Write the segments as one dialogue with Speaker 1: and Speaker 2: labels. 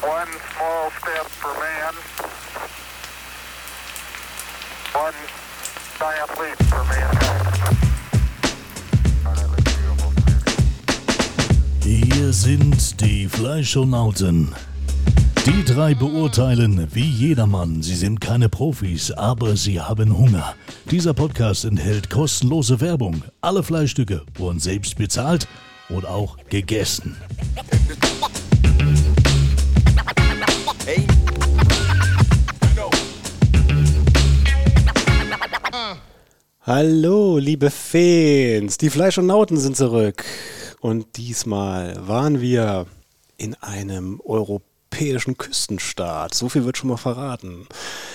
Speaker 1: One small step for man, one giant leap for mankind. God, I look beautiful today.
Speaker 2: Hier sind die Fleischonauten. Die drei beurteilen wie jedermann. Sie sind keine Profis, aber sie haben Hunger. Dieser Podcast enthält kostenlose Werbung. Alle Fleischstücke wurden selbst bezahlt und auch gegessen.
Speaker 3: Hallo, liebe Fans, die Fleisch und Nauten sind zurück. Und diesmal waren wir in einem europäischen Küstenstaat. So viel wird schon mal verraten.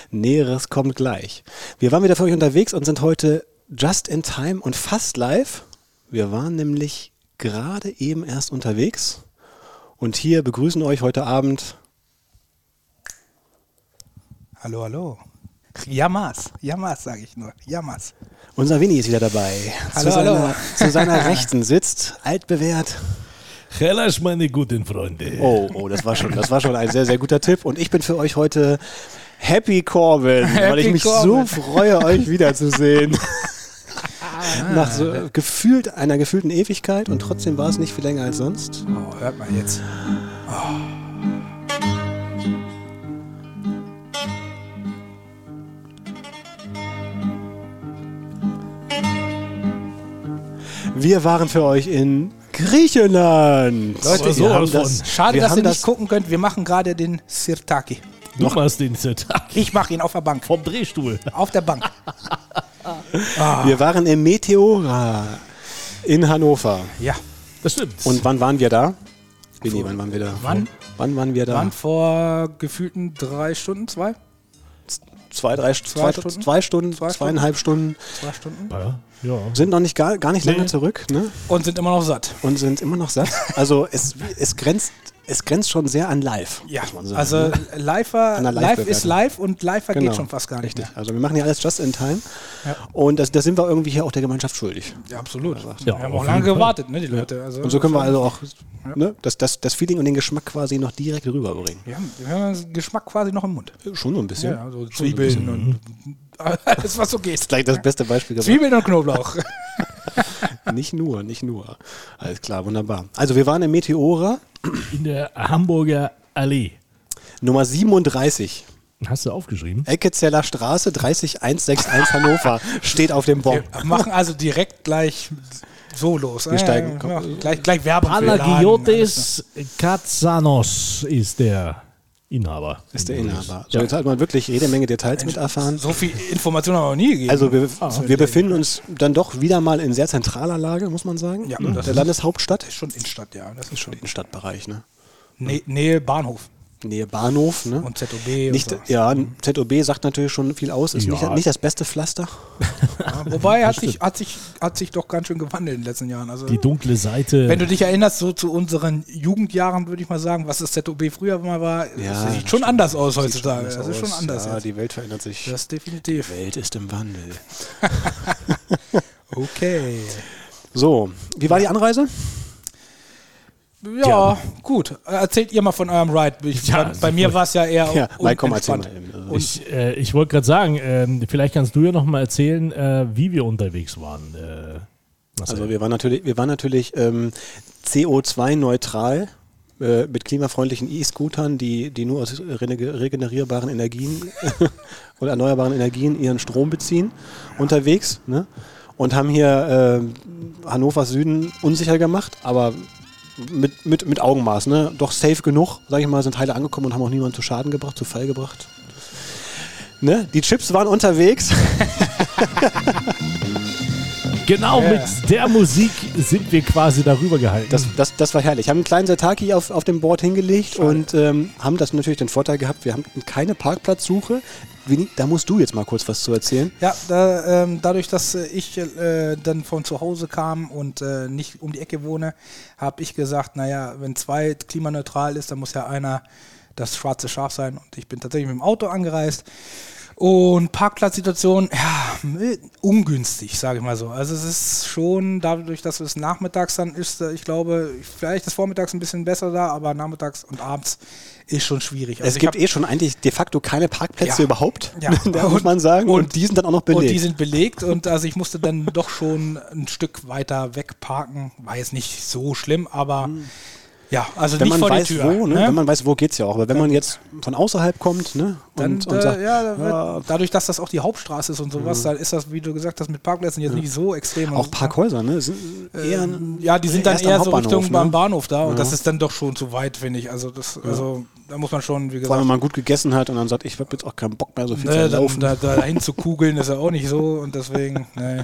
Speaker 3: Näheres kommt gleich. Wir waren wieder für euch unterwegs und sind heute just in time und fast live. Wir waren nämlich gerade eben erst unterwegs. Und hier begrüßen euch heute Abend
Speaker 4: Hallo, hallo. Jamas, Jamas sage ich nur. Jamas.
Speaker 3: unser Winnie ist wieder dabei.
Speaker 4: Hallo,
Speaker 3: zu,
Speaker 4: hallo.
Speaker 3: Seiner, zu seiner Rechten sitzt, altbewährt,
Speaker 2: Hellas, meine guten Freunde.
Speaker 3: Oh, oh, das war schon, das war schon ein sehr, sehr guter Tipp. Und ich bin für euch heute Happy Corbin, weil ich
Speaker 4: Happy
Speaker 3: mich
Speaker 4: Corbin.
Speaker 3: so freue, euch wiederzusehen. Nach so äh, gefühlt einer gefühlten Ewigkeit und trotzdem war es nicht viel länger als sonst.
Speaker 4: Oh, hört mal jetzt.
Speaker 3: Wir waren für euch in Griechenland.
Speaker 4: Leute,
Speaker 3: wir
Speaker 2: sowas
Speaker 3: haben
Speaker 2: von.
Speaker 3: das,
Speaker 4: Schade,
Speaker 3: wir
Speaker 4: dass
Speaker 3: haben
Speaker 4: ihr nicht
Speaker 3: das,
Speaker 4: gucken könnt. Wir machen gerade den Sirtaki.
Speaker 2: Du machst den Tag
Speaker 4: Ich mache ihn auf der Bank.
Speaker 2: vom Drehstuhl.
Speaker 4: Auf der Bank. Ah,
Speaker 3: Wir waren im Meteora in Hannover.
Speaker 4: Ja.
Speaker 2: Das stimmt.
Speaker 3: Und wann waren wir da? Willi, wann waren wir da?
Speaker 4: Wann?
Speaker 3: Wann waren wir da?
Speaker 4: Waren vor gefühlten drei Stunden, zwei?
Speaker 3: Zwei, drei, zwei, zwei Stunden,
Speaker 4: Stunden?
Speaker 3: zwei Stunden
Speaker 4: Zwei Stunden?
Speaker 3: zweieinhalb Stunden.
Speaker 4: Zwei Stunden.
Speaker 2: ja, ja.
Speaker 3: sind noch nicht gar, gar nicht lange
Speaker 2: Nee.
Speaker 3: zurück ne?
Speaker 4: Und sind immer noch satt.
Speaker 3: und sind immer noch satt. Also es, es, grenzt, es grenzt schon sehr an live.
Speaker 4: Ja.
Speaker 3: muss man sagen,
Speaker 4: Also
Speaker 3: ne?
Speaker 4: live,
Speaker 3: An der
Speaker 4: live ist
Speaker 3: Live-Bewertung.
Speaker 4: live und live
Speaker 3: Genau.
Speaker 4: geht schon fast gar nicht
Speaker 3: richtig. Also wir machen ja alles just in time.
Speaker 4: Ja.
Speaker 3: Und das, das sind wir irgendwie hier auch der Gemeinschaft schuldig.
Speaker 4: mehr. Ja, absolut.
Speaker 2: Ja,
Speaker 4: wir haben
Speaker 2: auf
Speaker 4: auch lange
Speaker 2: jeden Fall.
Speaker 4: gewartet, ne, die Leute. Also,
Speaker 3: Und so können wir also auch
Speaker 4: Ja.
Speaker 3: ne, das, das, das Feeling und den Geschmack quasi noch direkt rüberbringen.
Speaker 4: Wir haben, wir haben den Geschmack quasi noch im Mund.
Speaker 3: Schon so ein bisschen.
Speaker 4: Ja, also so Zwiebeln und alles, was so geht.
Speaker 3: Gleich das beste Beispiel gesagt.
Speaker 4: Zwiebeln und Knoblauch.
Speaker 3: Nicht nur, nicht nur. Alles klar, wunderbar. Also wir waren im Meteora
Speaker 2: In der Hamburger Allee.
Speaker 3: Nummer 37.
Speaker 2: Hast du aufgeschrieben?
Speaker 3: Eckezeller Straße 30161 Hannover steht auf dem Bon.
Speaker 4: Wir machen also direkt gleich so los. Wir
Speaker 3: steigen- komm.
Speaker 4: Ja, gleich, gleich Werbung. für den Laden.
Speaker 2: Panagiotis Katsanos ist der Inhaber.
Speaker 3: Ist
Speaker 4: Hm,
Speaker 3: der Inhaber. So,
Speaker 2: Ja.
Speaker 3: jetzt hat man wirklich jede Menge Details mit
Speaker 4: Alles klar.
Speaker 3: erfahren.
Speaker 4: So viel Information haben wir noch nie gegeben.
Speaker 3: Also wir, wir befinden uns dann doch wieder mal in sehr zentraler Lage, muss man sagen.
Speaker 4: Ja,
Speaker 3: Ne?
Speaker 4: das
Speaker 3: der
Speaker 4: ist-
Speaker 3: Landeshauptstadt.
Speaker 4: schon Innenstadt, ja. Das ist schon
Speaker 3: Innenstadtbereich, ne?
Speaker 4: Nä Nähe Bahnhof
Speaker 3: Nähe Bahnhof, ne?
Speaker 4: und ZOB.
Speaker 3: nicht,
Speaker 4: und so.
Speaker 3: Ja, ZOB sagt natürlich schon viel aus, ist
Speaker 2: Ja.
Speaker 3: nicht, nicht das beste Pflaster.
Speaker 4: ja. Wobei hat sich, hat, sich, hat sich doch ganz schön gewandelt in den letzten Jahren. Also,
Speaker 2: Die dunkle Seite.
Speaker 4: wenn du dich erinnerst, so zu unseren Jugendjahren, würde ich mal sagen, was das ZOB früher mal war,
Speaker 3: Ja,
Speaker 4: das sieht schon anders aus
Speaker 3: Sieht schon
Speaker 4: heutzutage.
Speaker 3: anders
Speaker 4: Das ist schon
Speaker 3: aus.
Speaker 4: anders.
Speaker 3: Ja,
Speaker 4: jetzt.
Speaker 3: die Welt verändert sich.
Speaker 4: das definitiv.
Speaker 3: die Welt ist im Wandel.
Speaker 4: Okay.
Speaker 3: So, wie war die Anreise?
Speaker 4: Ja, gut. Erzählt ihr mal von eurem Ride. Ich,
Speaker 2: Ja,
Speaker 4: bei,
Speaker 2: sehr
Speaker 4: bei mir
Speaker 2: gut.
Speaker 4: war es ja eher
Speaker 3: Ja, nein, komm, erzähl
Speaker 4: unentspannt.
Speaker 3: mal eben. Also
Speaker 4: Und
Speaker 2: ich äh, ich wollte gerade sagen, ähm, vielleicht kannst du ja noch mal erzählen, äh, wie wir unterwegs waren. Äh, Marcel.
Speaker 3: Also wir waren natürlich, wir waren natürlich ähm, CO2-neutral äh, mit klimafreundlichen E-Scootern, die, die nur aus rene- regenerierbaren Energien oder erneuerbaren Energien ihren Strom beziehen, unterwegs. Ne? Und haben hier äh, Hannovers Süden unsicher gemacht, aber mit, mit, mit Augenmaß, ne? Doch safe genug, sag ich mal, sind Teile angekommen und haben auch niemanden zu Schaden gebracht, zu Fall gebracht. Ne? Die Chips waren unterwegs.
Speaker 2: genau
Speaker 4: Ja.
Speaker 2: mit der Musik sind wir quasi darüber gehalten.
Speaker 3: Das, das, das war herrlich. Haben einen kleinen Sataki auf, auf dem Board hingelegt und ähm, haben das natürlich den Vorteil gehabt, wir haben keine Parkplatzsuche. Vini, da musst du jetzt mal kurz was zu erzählen.
Speaker 4: ja, da, ähm, dadurch, dass äh, ich äh, dann von zu Hause kam und äh, nicht um die Ecke wohne, habe ich gesagt, naja, wenn zwei klimaneutral ist, dann muss ja einer das schwarze Schaf sein. Und ich bin tatsächlich mit dem Auto angereist. Und Parkplatzsituation, ja, äh, ungünstig, sage ich mal so. Also es ist schon, dadurch, dass es nachmittags dann ist, äh, ich glaube, vielleicht ist vormittags ein bisschen besser da, aber nachmittags und abends ist schon schwierig. Also
Speaker 3: es gibt
Speaker 4: ich
Speaker 3: eh schon eigentlich de facto keine Parkplätze
Speaker 4: Ja.
Speaker 3: überhaupt,
Speaker 4: Ja.
Speaker 3: da
Speaker 4: Und-
Speaker 3: muss man sagen. Und,
Speaker 4: und-
Speaker 3: die sind dann auch noch
Speaker 4: hab,
Speaker 3: belegt.
Speaker 4: und die sind belegt und also ich musste dann doch schon ein Stück weiter wegparken. War jetzt nicht so schlimm, aber ja, also
Speaker 3: Hm. wenn
Speaker 4: nicht
Speaker 3: man
Speaker 4: vor
Speaker 3: weiß,
Speaker 4: die Tür.
Speaker 3: wo, ne?
Speaker 4: ne?
Speaker 3: wenn man weiß, wo geht's ja auch. Aber wenn man jetzt von außerhalb kommt, ne,
Speaker 4: dann,
Speaker 3: und, und
Speaker 4: äh,
Speaker 3: sagt,
Speaker 4: ja, da wird,
Speaker 3: ja, Hm.
Speaker 4: dadurch, dass das auch die Hauptstraße ist und sowas, dann ist das, wie du gesagt hast, mit Parkplätzen jetzt nicht so extrem.
Speaker 3: auch
Speaker 4: Und-
Speaker 3: Parkhäuser, ne, sind eher
Speaker 4: Ähm, ja, die sind dann
Speaker 3: erst am
Speaker 4: eher so
Speaker 3: Hauptbahnhof,
Speaker 4: Richtung
Speaker 3: ne?
Speaker 4: beim Bahnhof da und das ist dann doch schon zu weit, finde ich. Also das, also da muss man schon, wie
Speaker 3: vor allem,
Speaker 4: gesagt,
Speaker 3: wenn man gut gegessen hat und dann sagt, ich habe jetzt auch keinen Bock mehr, so viel
Speaker 4: ne,
Speaker 3: zu laufen.
Speaker 4: dann, da, dahin zu kugeln ist ja auch nicht so und deswegen, nee,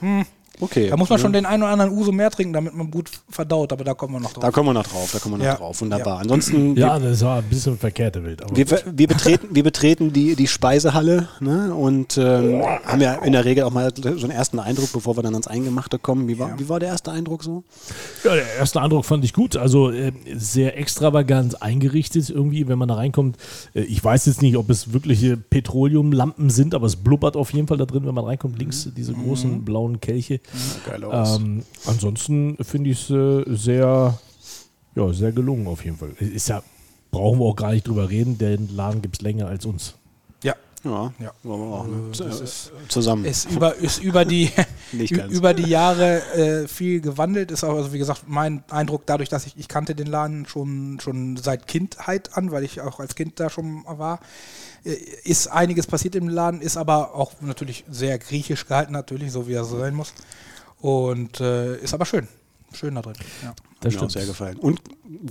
Speaker 4: nee.
Speaker 3: okay,
Speaker 4: Da muss man
Speaker 3: ne?
Speaker 4: schon den einen oder anderen Uso mehr trinken, damit man gut verdaut, aber da kommen wir noch
Speaker 3: Da
Speaker 4: drauf.
Speaker 3: kommen wir noch drauf, da kommen wir noch
Speaker 4: Ja.
Speaker 3: drauf. Wunderbar. Ansonsten,
Speaker 5: Ja, das war ein bisschen verkehrte Welt. Aber
Speaker 3: wir, wir, wir betreten, wir betreten die, die Speisehalle ne? und ähm, haben ja in der Regel auch mal so einen ersten Eindruck, bevor wir dann ans Eingemachte kommen. Wie war, wie war der erste Eindruck so?
Speaker 5: Ja, der erste Eindruck fand ich gut. Also äh, sehr extravagant eingerichtet irgendwie, wenn man da reinkommt. Äh, ich weiß jetzt nicht, ob es wirkliche Petroleumlampen sind, aber es blubbert auf jeden Fall da drin, wenn man reinkommt. Links diese großen blauen Kelche.
Speaker 3: Geil
Speaker 5: Ähm, ansonsten finde ich es äh, sehr, ja, sehr gelungen auf jeden Fall. Ist ja, brauchen wir auch gar nicht drüber reden, den Laden gibt es länger als uns.
Speaker 4: Ja.
Speaker 3: ja,
Speaker 4: ja.
Speaker 3: Wollen wir auch, ne?
Speaker 4: Das
Speaker 3: Äh,
Speaker 4: ist-
Speaker 3: zusammen.
Speaker 4: Ist über, ist über die,
Speaker 3: Nicht
Speaker 4: ü-
Speaker 3: ganz.
Speaker 4: über die Jahre äh, viel gewandelt. Ist auch, also wie gesagt, mein Eindruck dadurch, dass ich, ich kannte den Laden schon, schon seit Kindheit an, weil ich auch als Kind da schon war, äh, ist einiges passiert im Laden, ist aber auch natürlich sehr griechisch gehalten, natürlich, so wie er sein muss. Und äh, ist aber schön. Schön da drin. Ja.
Speaker 5: Das
Speaker 3: Mir auch sehr gefallen. Und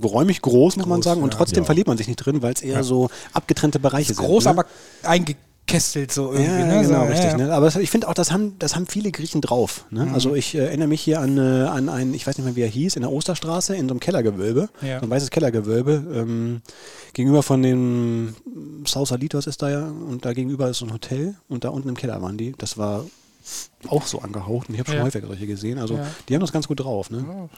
Speaker 3: räumig groß, muss man sagen. Und trotzdem
Speaker 5: Ja.
Speaker 3: verliert man sich nicht drin, weil es eher so abgetrennte Bereiche sind.
Speaker 4: Groß,
Speaker 3: ne?
Speaker 4: aber eingekestelt so irgendwie.
Speaker 3: Ja,
Speaker 4: ne?
Speaker 3: genau,
Speaker 4: so,
Speaker 3: richtig.
Speaker 4: ja, Mhm. ja.
Speaker 3: Ne? Aber das, ich finde auch, das haben, das haben viele Griechen drauf. Ne? Also ich äh, erinnere mich hier an, äh, an einen, ich weiß nicht mehr, wie er hieß, in der Osterstraße, in so einem Kellergewölbe,
Speaker 4: Ja.
Speaker 3: so ein weißes Kellergewölbe, ähm, gegenüber von dem Sausalitos ist da ja und da gegenüber ist so ein Hotel und da unten im Keller waren die. Das war auch so angehaucht und ich habe schon
Speaker 4: Ja.
Speaker 3: häufiger solche gesehen. Also
Speaker 4: Ja.
Speaker 3: die haben das ganz gut drauf. Ne?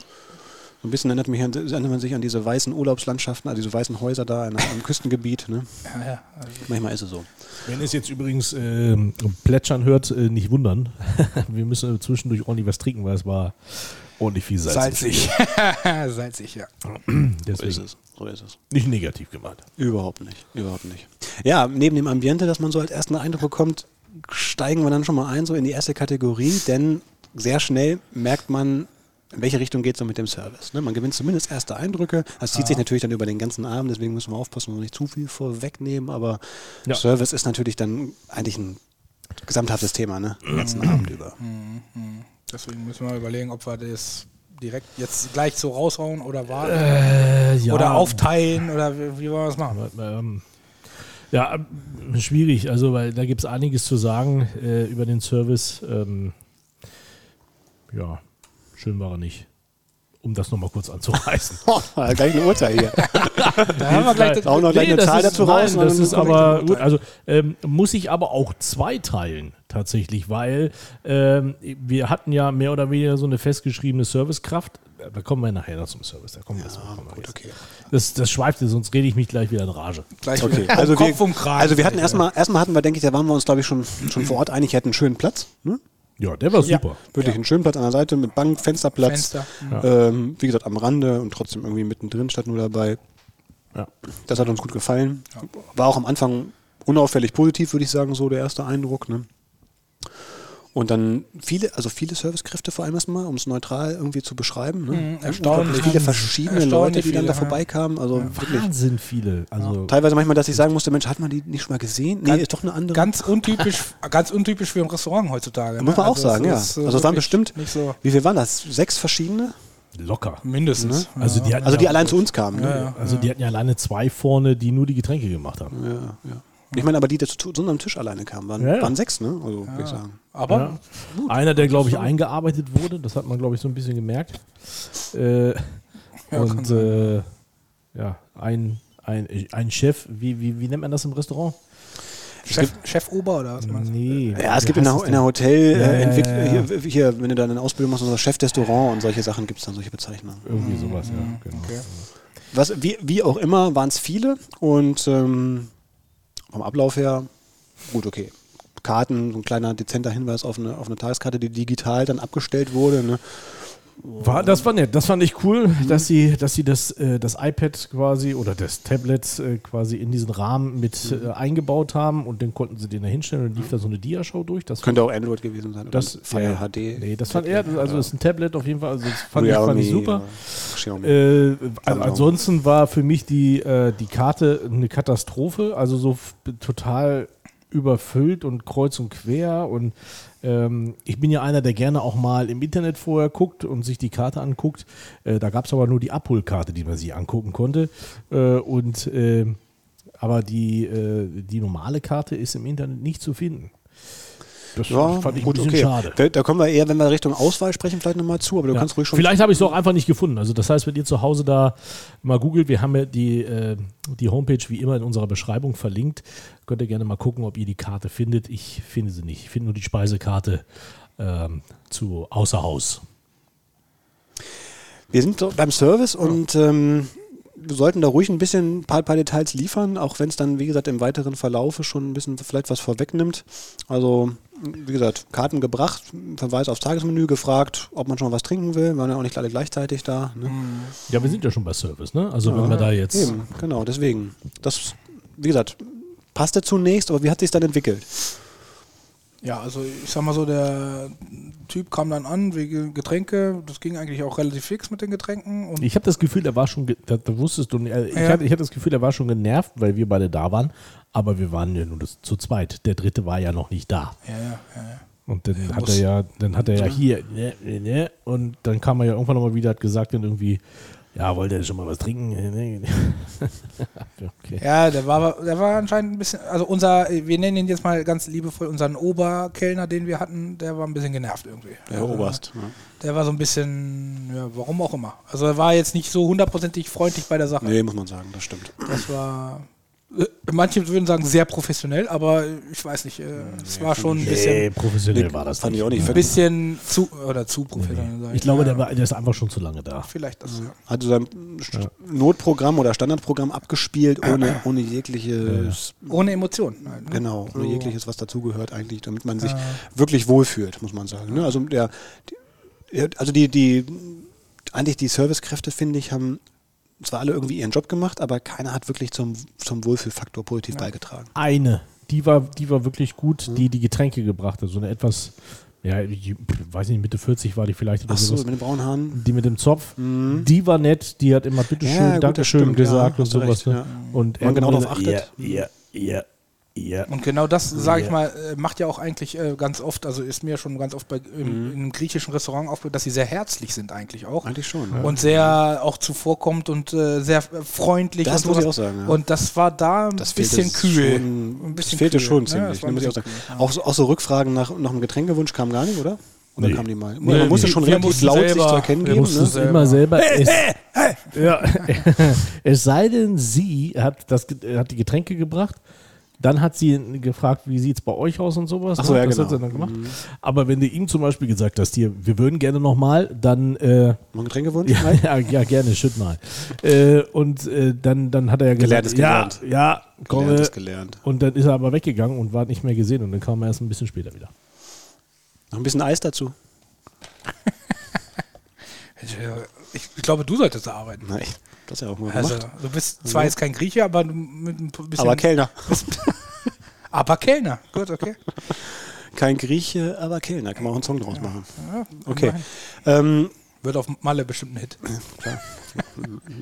Speaker 3: So ein bisschen erinnert, mich an, erinnert man sich an diese weißen Urlaubslandschaften, also diese weißen Häuser da in, am Küstengebiet. Ne?
Speaker 4: Ja, ja. Also,
Speaker 3: Manchmal ist es so.
Speaker 5: Wenn es jetzt übrigens ähm, Plätschern hört, äh, nicht wundern. wir müssen zwischendurch ordentlich was trinken, weil es war ordentlich viel Salz. im
Speaker 4: salzig. salzig, ja.
Speaker 5: Spiel. Deswegen
Speaker 3: es. So ist es.
Speaker 5: nicht negativ gemeint.
Speaker 3: Überhaupt nicht, überhaupt nicht. Ja, neben dem Ambiente, dass man so als ersten Eindruck bekommt, steigen wir dann schon mal ein, so in die erste Kategorie, denn sehr schnell merkt man, in welche Richtung geht es so mit dem Service. Ne? Man gewinnt zumindest erste Eindrücke. Das zieht sich natürlich dann über den ganzen Abend, deswegen müssen wir aufpassen, dass wir nicht zu viel vorwegnehmen, aber
Speaker 5: Ja.
Speaker 3: Service ist natürlich dann eigentlich ein gesamthaftes Thema, ne? Den ganzen Abend über.
Speaker 4: Deswegen müssen wir überlegen, ob wir das direkt jetzt gleich so raushauen oder warten
Speaker 3: Äh,
Speaker 4: oder
Speaker 5: Oder auf
Speaker 4: aufteilen oder wie, wie wollen wir das machen?
Speaker 5: Äh, Ähm, ja, ähm, schwierig. Also, weil da gibt es einiges zu sagen äh, über den Service. Ähm, ja, schön war er nicht. Um das nochmal kurz anzureißen.
Speaker 3: Oh, gleich ein Urteil hier.
Speaker 4: Da haben wir gleich
Speaker 3: Auch noch gleich eine
Speaker 5: das
Speaker 3: Zahl
Speaker 5: ist,
Speaker 3: dazu
Speaker 5: nein,
Speaker 3: raus. und
Speaker 5: Das
Speaker 3: dann
Speaker 5: ist
Speaker 3: kommt
Speaker 5: aber
Speaker 3: direkt ein
Speaker 5: gut.
Speaker 3: Urteil.
Speaker 5: Also ähm, muss ich aber auch zweiteilen tatsächlich, weil ähm, wir hatten ja mehr oder weniger so eine festgeschriebene Servicekraft. Äh, Da kommen wir nachher noch zum Service. Da kommen wir jetzt noch. Gut,
Speaker 3: okay.
Speaker 5: Das, das schweift jetzt, sonst rede ich mich gleich wieder in Rage.
Speaker 4: gleich
Speaker 3: Okay,
Speaker 4: also
Speaker 3: also
Speaker 4: Kopf
Speaker 3: wir,
Speaker 4: um Kragen.
Speaker 3: also wir hatten erstmal, erstmal hatten wir, denke ich, da waren wir uns, glaube ich, schon, schon vor Ort einig, wir hatten einen schönen Platz. Ne?
Speaker 5: Ja, der war
Speaker 4: Ja.
Speaker 5: super.
Speaker 3: Wirklich einen schönen Platz an der Seite mit Bank, Fensterplatz.
Speaker 4: Fenster,
Speaker 3: Ähm, wie gesagt, am Rande und trotzdem irgendwie mittendrin statt nur dabei.
Speaker 5: Ja.
Speaker 3: Das hat uns gut gefallen. War auch am Anfang unauffällig positiv, würde ich sagen, so der erste Eindruck. Ne? Und dann viele, also viele Servicekräfte vor allem erstmal, um es neutral irgendwie zu beschreiben. Ne?
Speaker 4: Mhm, erstaunlich.
Speaker 3: Unglaublich Viele verschiedene
Speaker 4: Erstaunlich
Speaker 3: Leute, die dann
Speaker 4: viele,
Speaker 3: da
Speaker 4: ja.
Speaker 3: vorbeikamen. Also wirklich.
Speaker 5: Wahnsinn viele. Also
Speaker 3: Teilweise manchmal, dass ich sagen musste, Mensch, hat man die nicht schon mal gesehen? Nee,
Speaker 4: Ganz-
Speaker 3: ist doch eine andere.
Speaker 4: Ganz untypisch, ganz untypisch für ein Restaurant heutzutage.
Speaker 3: Muss man auch sagen,
Speaker 4: äh,
Speaker 3: ja. Also es waren
Speaker 4: wirklich
Speaker 3: bestimmt,
Speaker 4: nicht so
Speaker 3: wie viel waren das? Sechs verschiedene?
Speaker 5: locker.
Speaker 4: mindestens. Ja.
Speaker 5: Also die hatten
Speaker 3: Also die
Speaker 5: ja,
Speaker 3: allein zu uns kamen. Ne?
Speaker 4: ja,
Speaker 5: also die hatten ja alleine zwei vorne, die nur die Getränke gemacht haben.
Speaker 3: Ja, ja. Ich meine, aber die, die zu, zu unserem Tisch alleine kamen, waren,
Speaker 5: Ja, ja.
Speaker 3: waren sechs, ne? Also, würde ich sagen.
Speaker 4: aber
Speaker 5: Ja. Einer, der, glaube ich, eingearbeitet wurde, das hat man, glaube ich, so ein bisschen gemerkt. Äh, und äh, ja, ein, ein, ein Chef, wie, wie, wie nennt man das im Restaurant?
Speaker 4: Chef, Chefober oder was meinst du? äh,
Speaker 5: Nee.
Speaker 3: Ja, es
Speaker 5: wie
Speaker 3: gibt in
Speaker 5: heißt das
Speaker 3: der, in der
Speaker 5: denn?
Speaker 3: Hotel,
Speaker 5: Ja,
Speaker 3: äh,
Speaker 5: ja,
Speaker 3: Entwick-
Speaker 5: ja, ja.
Speaker 3: Hier, hier, wenn du dann eine Ausbildung machst, unser Chef-Restaurant und solche Sachen gibt es dann, solche Bezeichnungen.
Speaker 5: Irgendwie sowas, ja. Genau.
Speaker 4: Okay.
Speaker 3: Was, wie, wie auch immer, waren es viele und ähm, vom Ablauf her Gut, okay. Karten, so ein kleiner dezenter Hinweis auf eine, auf eine Tageskarte, die digital dann abgestellt wurde. Ne?
Speaker 5: War, das war nett, das fand ich cool,
Speaker 4: Mhm.
Speaker 5: dass sie, dass sie das, äh, das iPad quasi oder das Tablet äh, quasi in diesen Rahmen mit
Speaker 4: Mhm.
Speaker 5: äh, eingebaut haben und dann konnten sie den da hinstellen und lief da so eine Diashow durch. Das
Speaker 3: Könnte auch Android gewesen sein. oder
Speaker 5: das,
Speaker 3: Fire
Speaker 5: ja,
Speaker 3: HD.
Speaker 5: Nee, das fand er, also das ist ein Tablet auf jeden Fall, also das fand, ich,
Speaker 3: Realme,
Speaker 5: fand ich super.
Speaker 3: ja. Xiaomi.
Speaker 5: Äh,
Speaker 3: Kann man
Speaker 5: also
Speaker 3: auch.
Speaker 5: ansonsten war für mich die, äh, die Karte eine Katastrophe, also so f- total überfüllt und kreuz und quer und ähm, ich bin ja einer, der gerne auch mal im Internet vorher guckt und sich die Karte anguckt. Äh, da gab es aber nur die Abholkarte, die man sich angucken konnte äh, und äh, aber die, äh, die normale Karte ist im Internet nicht zu finden. Das fand ich ein bisschen schade.
Speaker 3: Da- Da kommen wir eher, wenn wir Richtung Auswahl sprechen, vielleicht nochmal zu, aber du
Speaker 5: Ja.
Speaker 3: kannst ruhig schon.
Speaker 5: Vielleicht habe ich es auch einfach nicht gefunden. Also das heißt, wenn ihr zu Hause da mal googelt, wir haben ja die, äh, die Homepage wie immer in unserer Beschreibung verlinkt. Könnt ihr gerne mal gucken, ob ihr die Karte findet. Ich finde sie nicht. Ich finde nur die Speisekarte ähm, zu Außerhaus.
Speaker 3: Wir sind so beim Service und ähm, wir sollten da ruhig ein bisschen ein paar, paar Details liefern, auch wenn es dann, wie gesagt, im weiteren Verlaufe schon ein bisschen vielleicht was vorwegnimmt. Also, wie gesagt, Karten gebracht, Verweis aufs Tagesmenü gefragt, ob man schon was trinken will. Wir waren ja auch nicht alle gleichzeitig da. Ne?
Speaker 5: Ja, wir sind ja schon bei Service, ne? Also wenn wir da jetzt.
Speaker 3: Eben, genau, deswegen. Das, wie gesagt, passte zunächst, aber wie hat sich dann entwickelt? Mhm.
Speaker 4: Ja, also ich sag mal so, der Typ kam dann an wegen Getränke. Das ging eigentlich auch relativ fix mit den Getränken. Und
Speaker 5: Ich habe das Gefühl, er war schon, ge- da, da wusstest du, äh, ich
Speaker 4: Ja.
Speaker 5: hatte ich hatte das Gefühl, er war schon genervt, weil wir beide da waren, aber wir waren ja nur das, zu zweit. Der dritte war ja noch nicht da.
Speaker 4: ja, ja, ja, ja.
Speaker 5: Und dann hat er
Speaker 4: muss-
Speaker 5: ja, dann hat er ja hier, ne, ne, ne, und dann kam er ja irgendwann nochmal wieder, hat gesagt dann irgendwie, ja, wollt ihr schon mal was trinken? Ne, ne, ne. okay.
Speaker 4: Ja, der war, der war anscheinend ein bisschen, also unser, wir nennen ihn jetzt mal ganz liebevoll unseren Oberkellner, den wir hatten, der war ein bisschen genervt irgendwie. Also,
Speaker 3: Ja.
Speaker 4: Der war so ein bisschen, ja, warum auch immer. Also er war jetzt nicht so hundertprozentig freundlich bei der Sache.
Speaker 3: Nee, muss man sagen, das stimmt.
Speaker 4: Das war, äh, manche würden sagen sehr professionell, aber ich weiß nicht, äh, es war schon ein bisschen,
Speaker 5: Nee, professionell
Speaker 3: Nee,
Speaker 5: war das
Speaker 3: fand
Speaker 5: nicht.
Speaker 3: ich auch nicht.
Speaker 4: ein bisschen zu, oder zu professionell. sag
Speaker 5: Ich glaube,
Speaker 4: Ja,
Speaker 5: der, war, der ist einfach schon zu lange da.
Speaker 4: Vielleicht also das, ja.
Speaker 3: Hatte sein St- Notprogramm oder Standardprogramm abgespielt, ohne, ohne jegliches,
Speaker 4: Ohne Emotionen. Halt, ne?
Speaker 3: genau, ohne
Speaker 4: So.
Speaker 3: jegliches, was dazugehört eigentlich, damit man sich
Speaker 4: Ja.
Speaker 3: wirklich wohlfühlt, muss man sagen. Ne? Also der, die, also die, die, eigentlich die Servicekräfte, finde ich, haben zwar alle irgendwie ihren Job gemacht, aber keiner hat wirklich zum, zum Wohlfühlfaktor positiv beigetragen.
Speaker 5: Eine, die war, die war wirklich gut,
Speaker 3: Mhm.
Speaker 5: die die Getränke gebracht hat. So eine etwas, ja, ich weiß nicht, Mitte 40 war die vielleicht
Speaker 4: Also
Speaker 5: oder
Speaker 3: Ach so,
Speaker 5: sowas.
Speaker 3: mit den braunen Haaren.
Speaker 4: Mhm.
Speaker 5: Die mit dem Zopf, die war nett, die hat immer bitteschön,
Speaker 3: Ja, gut, das
Speaker 5: Dankeschön
Speaker 3: stimmt, ja,
Speaker 5: gesagt und
Speaker 3: hast du
Speaker 5: sowas.
Speaker 3: recht,
Speaker 5: ne?
Speaker 3: ja.
Speaker 5: Und
Speaker 3: Wenn man genau
Speaker 5: irgendwann-
Speaker 3: drauf achtet.
Speaker 5: Ja, ja, ja, ja.
Speaker 4: Und genau das, sage ich
Speaker 5: Ja.
Speaker 4: mal, äh, macht ja auch eigentlich äh, ganz oft, also ist mir schon ganz oft bei, im, in einem griechischen Restaurant aufgefallen, dass sie sehr herzlich sind eigentlich auch.
Speaker 3: Mhm. Eigentlich schon.
Speaker 4: Und sehr auch zuvorkommt und äh, sehr äh, freundlich.
Speaker 3: Das
Speaker 4: und
Speaker 3: muss ich
Speaker 4: sowas.
Speaker 3: auch sagen, ja.
Speaker 4: Und das war da ein
Speaker 3: Das fehlte
Speaker 4: bisschen kühl.
Speaker 3: Schon,
Speaker 4: ein bisschen
Speaker 3: das fehlte
Speaker 4: kühl.
Speaker 3: schon
Speaker 4: Ja,
Speaker 3: ziemlich.
Speaker 4: das war
Speaker 3: ne,
Speaker 4: ein
Speaker 3: muss ich auch, sagen.
Speaker 4: bisschen kühl.
Speaker 3: auch, so, auch so Rückfragen nach, nach einem Getränkewunsch kam gar nicht, oder? Oder
Speaker 5: Nee.
Speaker 3: kam die mal?
Speaker 5: Nee,
Speaker 3: man musste
Speaker 5: nee.
Speaker 3: schon
Speaker 4: Wir
Speaker 3: relativ
Speaker 4: mussten
Speaker 3: laut sich
Speaker 4: selber-
Speaker 3: zu erkennen
Speaker 4: wir
Speaker 3: geben.
Speaker 4: mussten
Speaker 3: Ne?
Speaker 4: selber-
Speaker 5: immer selber. es, Ja, es sei denn, sie hat, das, Ge- hat die Getränke gebracht. Dann hat sie gefragt, wie sieht es bei euch aus und sowas.
Speaker 3: Ach so,
Speaker 5: ne?
Speaker 3: ja,
Speaker 5: das hat
Speaker 3: genau.
Speaker 5: sie dann gemacht. Aber wenn du ihm zum Beispiel gesagt hast, hier, wir würden gerne nochmal, dann äh,
Speaker 3: Noch ein Getränkewunsch?
Speaker 5: ja,
Speaker 3: Nein?
Speaker 5: ja, ja, gerne, schütt mal. Äh, und äh, dann, dann hat er ja gesagt,
Speaker 3: Gelernt ist gelernt.
Speaker 5: ja, ja, komme.
Speaker 4: äh,
Speaker 3: Gelernt ist gelernt.
Speaker 5: Und dann ist er aber weggegangen und war nicht mehr gesehen. Und dann kam er erst ein bisschen später wieder.
Speaker 3: Noch ein bisschen Eis dazu.
Speaker 4: äh, Ich, ich glaube, du solltest da arbeiten.
Speaker 3: Nein, das ja auch mal
Speaker 4: Also,
Speaker 3: gemacht.
Speaker 4: du bist zwar jetzt kein Grieche, aber du mit ein bisschen.
Speaker 3: Mhm. Aber Kellner.
Speaker 4: aber Kellner. Gut, okay.
Speaker 3: Kein Grieche, aber Kellner. Kann man auch einen Song draus machen.
Speaker 4: Ja, kann
Speaker 3: Okay.
Speaker 4: sein.
Speaker 3: Ähm,
Speaker 4: Wird auf Malle bestimmt ein Hit.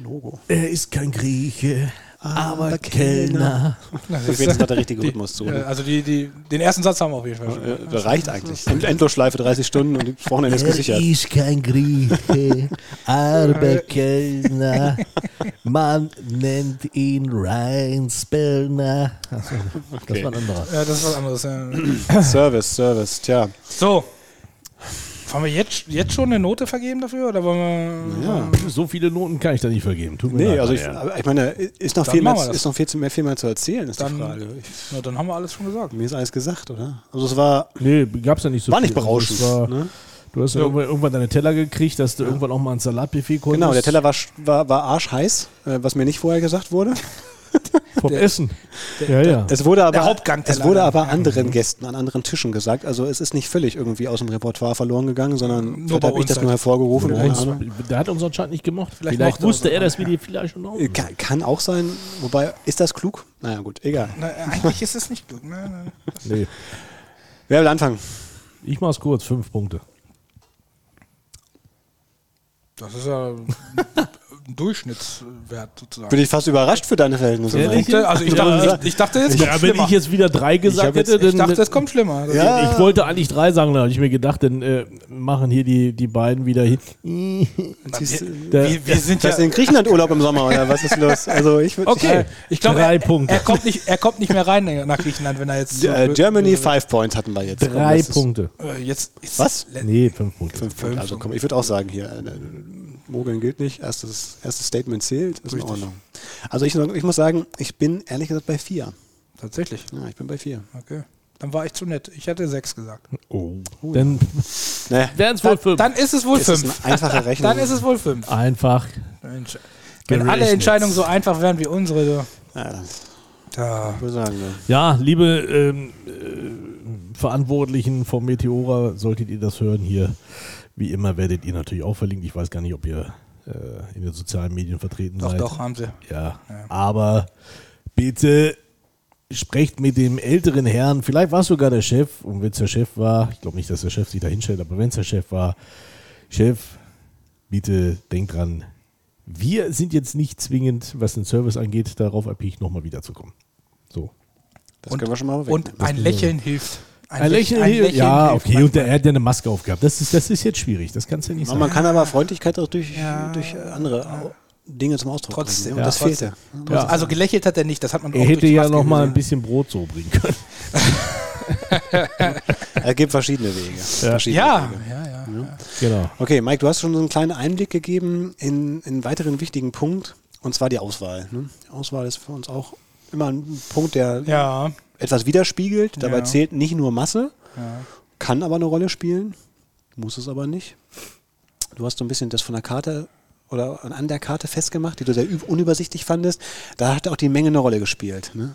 Speaker 3: Logo.
Speaker 5: Er ist kein Grieche, aber,
Speaker 3: Kellner.
Speaker 4: Also,
Speaker 3: Wenigstens hat der richtige Rhythmus zu. ne?
Speaker 4: also die, die, den ersten Satz haben wir auf jeden Fall schon.
Speaker 3: Äh, reicht eigentlich. End- Endlosschleife 30 Stunden und das Wochenende ist gesichert.
Speaker 5: ist kein Grieche, aber Kellner. Man nennt ihn Rheinsberner. Achso, Das war ein anderer.
Speaker 4: Ja, Äh, das ist was anderes. Ja.
Speaker 3: Service, Service. Tja,
Speaker 4: So. Wollen wir jetzt, jetzt schon eine Note vergeben dafür? Oder wollen wir.
Speaker 3: ja.
Speaker 5: So viele Noten kann ich da nicht vergeben. Tut mir
Speaker 3: Nee,
Speaker 5: leid,
Speaker 3: also ich,
Speaker 5: Marianne.
Speaker 3: aber ich meine, ist noch,
Speaker 4: Dann
Speaker 3: viel mehr,
Speaker 4: machen wir das.
Speaker 3: ist noch viel, zu- mehr, viel mehr zu erzählen, ist
Speaker 4: Dann-
Speaker 3: die Frage. Ich,
Speaker 4: Na, dann haben wir alles schon gesagt.
Speaker 3: mir ist alles gesagt, oder? Also es war,
Speaker 5: Nee, gab's ja nicht so
Speaker 3: war
Speaker 5: viel.
Speaker 4: also
Speaker 5: Also
Speaker 3: nicht berauschend.
Speaker 5: Das war-
Speaker 3: ne?
Speaker 5: Du hast ja irgendwann, irgendwann deine Teller gekriegt, dass du irgendwann auch mal ein Salatbuffet konntest.
Speaker 3: Genau, der Teller war, sch- war, war arschheiß, äh, was mir nicht vorher gesagt wurde.
Speaker 5: Vom Essen.
Speaker 4: der-
Speaker 5: ja, ja.
Speaker 3: Es wurde aber,
Speaker 4: Der Hauptgang Mhm. der
Speaker 3: es wurde
Speaker 4: Laden.
Speaker 3: aber anderen Gästen, an anderen Tischen gesagt. Also es ist nicht völlig irgendwie aus dem Repertoire verloren gegangen, sondern
Speaker 4: Nur
Speaker 3: vielleicht
Speaker 4: bei
Speaker 3: habe ich
Speaker 4: uns
Speaker 3: das
Speaker 4: halt.
Speaker 3: nur hervorgerufen.
Speaker 4: Nur bei
Speaker 3: keine
Speaker 4: uns.
Speaker 3: Ahnung.
Speaker 5: der hat uns anscheinend nicht gemocht. Vielleicht,
Speaker 4: mochte
Speaker 5: wusste
Speaker 4: er
Speaker 5: er
Speaker 4: uns
Speaker 5: das Video vielleicht schon auch.
Speaker 3: Äh, Kann, kann auch sein, wobei, ist das klug? Naja gut, egal.
Speaker 4: Na, äh, eigentlich ist es nicht klug. Ne? ne.
Speaker 5: Nee.
Speaker 3: Wer will anfangen?
Speaker 5: Ich mach's kurz, fünf Punkte.
Speaker 4: Das ist ja ein Durchschnittswert sozusagen.
Speaker 3: Bin ich fast überrascht für deine Verhältnisse.
Speaker 5: Ehrlich?
Speaker 4: Punkte? Also ich dachte, ich, ich dachte jetzt kommt
Speaker 5: Ja, wenn
Speaker 4: schlimmer.
Speaker 5: ich jetzt wieder drei gesagt
Speaker 3: hab jetzt-
Speaker 5: hätte, dann.
Speaker 4: Ich dachte, es kommt schlimmer. Das-
Speaker 3: Ja.
Speaker 5: Ich wollte eigentlich drei sagen, da habe ich mir gedacht, dann äh, machen hier die, die beiden wieder hin.
Speaker 3: Siehst du,
Speaker 5: Der-
Speaker 4: Wir, wir sind ja,
Speaker 3: Hast du in Griechenland Urlaub im Sommer oder was ist los? Also ich würde
Speaker 4: okay, ich glaube,
Speaker 5: Drei
Speaker 4: er,
Speaker 5: Punkte.
Speaker 4: er, kommt nicht, er kommt nicht mehr rein nach Griechenland, wenn er jetzt... so-
Speaker 3: äh, Germany Five Points hatten wir jetzt. Komm,
Speaker 5: drei
Speaker 3: das ist-
Speaker 5: Punkte.
Speaker 4: Äh, Jetzt ist
Speaker 3: Was?
Speaker 4: Le-
Speaker 5: Nee, fünf Punkte.
Speaker 3: Fünf Punkte. Also komm, ich würde auch sagen hier, äh, Mogeln gilt nicht, erstes, erstes Statement zählt, ist in Ordnung. Also ich, ich muss sagen, ich bin ehrlich gesagt bei vier.
Speaker 4: Tatsächlich.
Speaker 3: Ja, ich bin bei vier.
Speaker 4: Okay. Dann war ich zu nett. Ich hätte sechs gesagt.
Speaker 5: Oh. Dann
Speaker 3: Naja,
Speaker 5: wären es Ah. wohl fünf.
Speaker 4: Dann ist es wohl
Speaker 3: das
Speaker 4: fünf.
Speaker 3: Ne? ist eine einfache Rechnung.
Speaker 4: Dann ist es wohl fünf.
Speaker 5: Einfach.
Speaker 4: Mensch. Wenn alle Entscheidungen so einfach wären wie unsere. du.
Speaker 3: ja,
Speaker 4: Da.
Speaker 3: ich würde sagen, ne, ja.
Speaker 5: Ja, liebe ähm, äh, Verantwortlichen vom Meteora, solltet ihr das hören hier, wie immer werdet ihr natürlich auch verlinkt. Ich weiß gar nicht, ob ihr äh, in den sozialen Medien vertreten
Speaker 4: Doch,
Speaker 5: seid.
Speaker 4: doch, haben sie.
Speaker 5: Ja.
Speaker 4: Ja.
Speaker 5: Aber bitte sprecht mit dem älteren Herrn. Vielleicht war es sogar der Chef. Und wenn es der Chef war, ich glaube nicht, dass der Chef sich da hinstellt, aber wenn es der Chef war, Chef, bitte denkt dran, wir sind jetzt nicht zwingend, was den Service angeht, darauf abhängig, nochmal wiederzukommen. So.
Speaker 3: das können wir schon mal
Speaker 4: Und ein Lächeln hilft.
Speaker 5: Ein Lächeln,
Speaker 4: ein
Speaker 5: hier. ja,
Speaker 4: hilft
Speaker 5: okay. Und der, er
Speaker 4: manchmal.
Speaker 5: hat ja eine Maske aufgehabt. Das ist, das ist jetzt schwierig. Das kannst du ja nicht
Speaker 3: Man
Speaker 5: sagen.
Speaker 3: kann aber Freundlichkeit auch durch,
Speaker 4: Ja.
Speaker 3: durch andere au- Dinge zum Ausdruck
Speaker 4: Trotzdem,
Speaker 3: bringen. Und
Speaker 4: ja.
Speaker 3: das fehlte.
Speaker 5: Ja.
Speaker 4: Also gelächelt hat er nicht, das hat man
Speaker 5: Er
Speaker 4: auch durch
Speaker 5: hätte
Speaker 4: die
Speaker 5: ja
Speaker 4: Maske
Speaker 5: nochmal ein
Speaker 4: gesehen.
Speaker 5: bisschen Brot so bringen können.
Speaker 3: Es gibt verschiedene Wege. Verschiedene
Speaker 4: Ja,
Speaker 3: Wege.
Speaker 4: ja, ja. ja.
Speaker 5: Genau.
Speaker 3: Okay, Mike, du hast schon so einen kleinen Einblick gegeben in, in einen weiteren wichtigen Punkt, und zwar die Auswahl. Ne? Die Auswahl ist für uns auch immer ein Punkt, der
Speaker 4: Ja,
Speaker 3: etwas widerspiegelt. Dabei
Speaker 4: Ja.
Speaker 3: zählt nicht nur Masse, kann aber eine Rolle spielen, muss es aber nicht. Du hast so ein bisschen das von der Karte oder an der Karte festgemacht, die du sehr üb- unübersichtlich fandest. Da hat auch die Menge eine Rolle gespielt. Ne?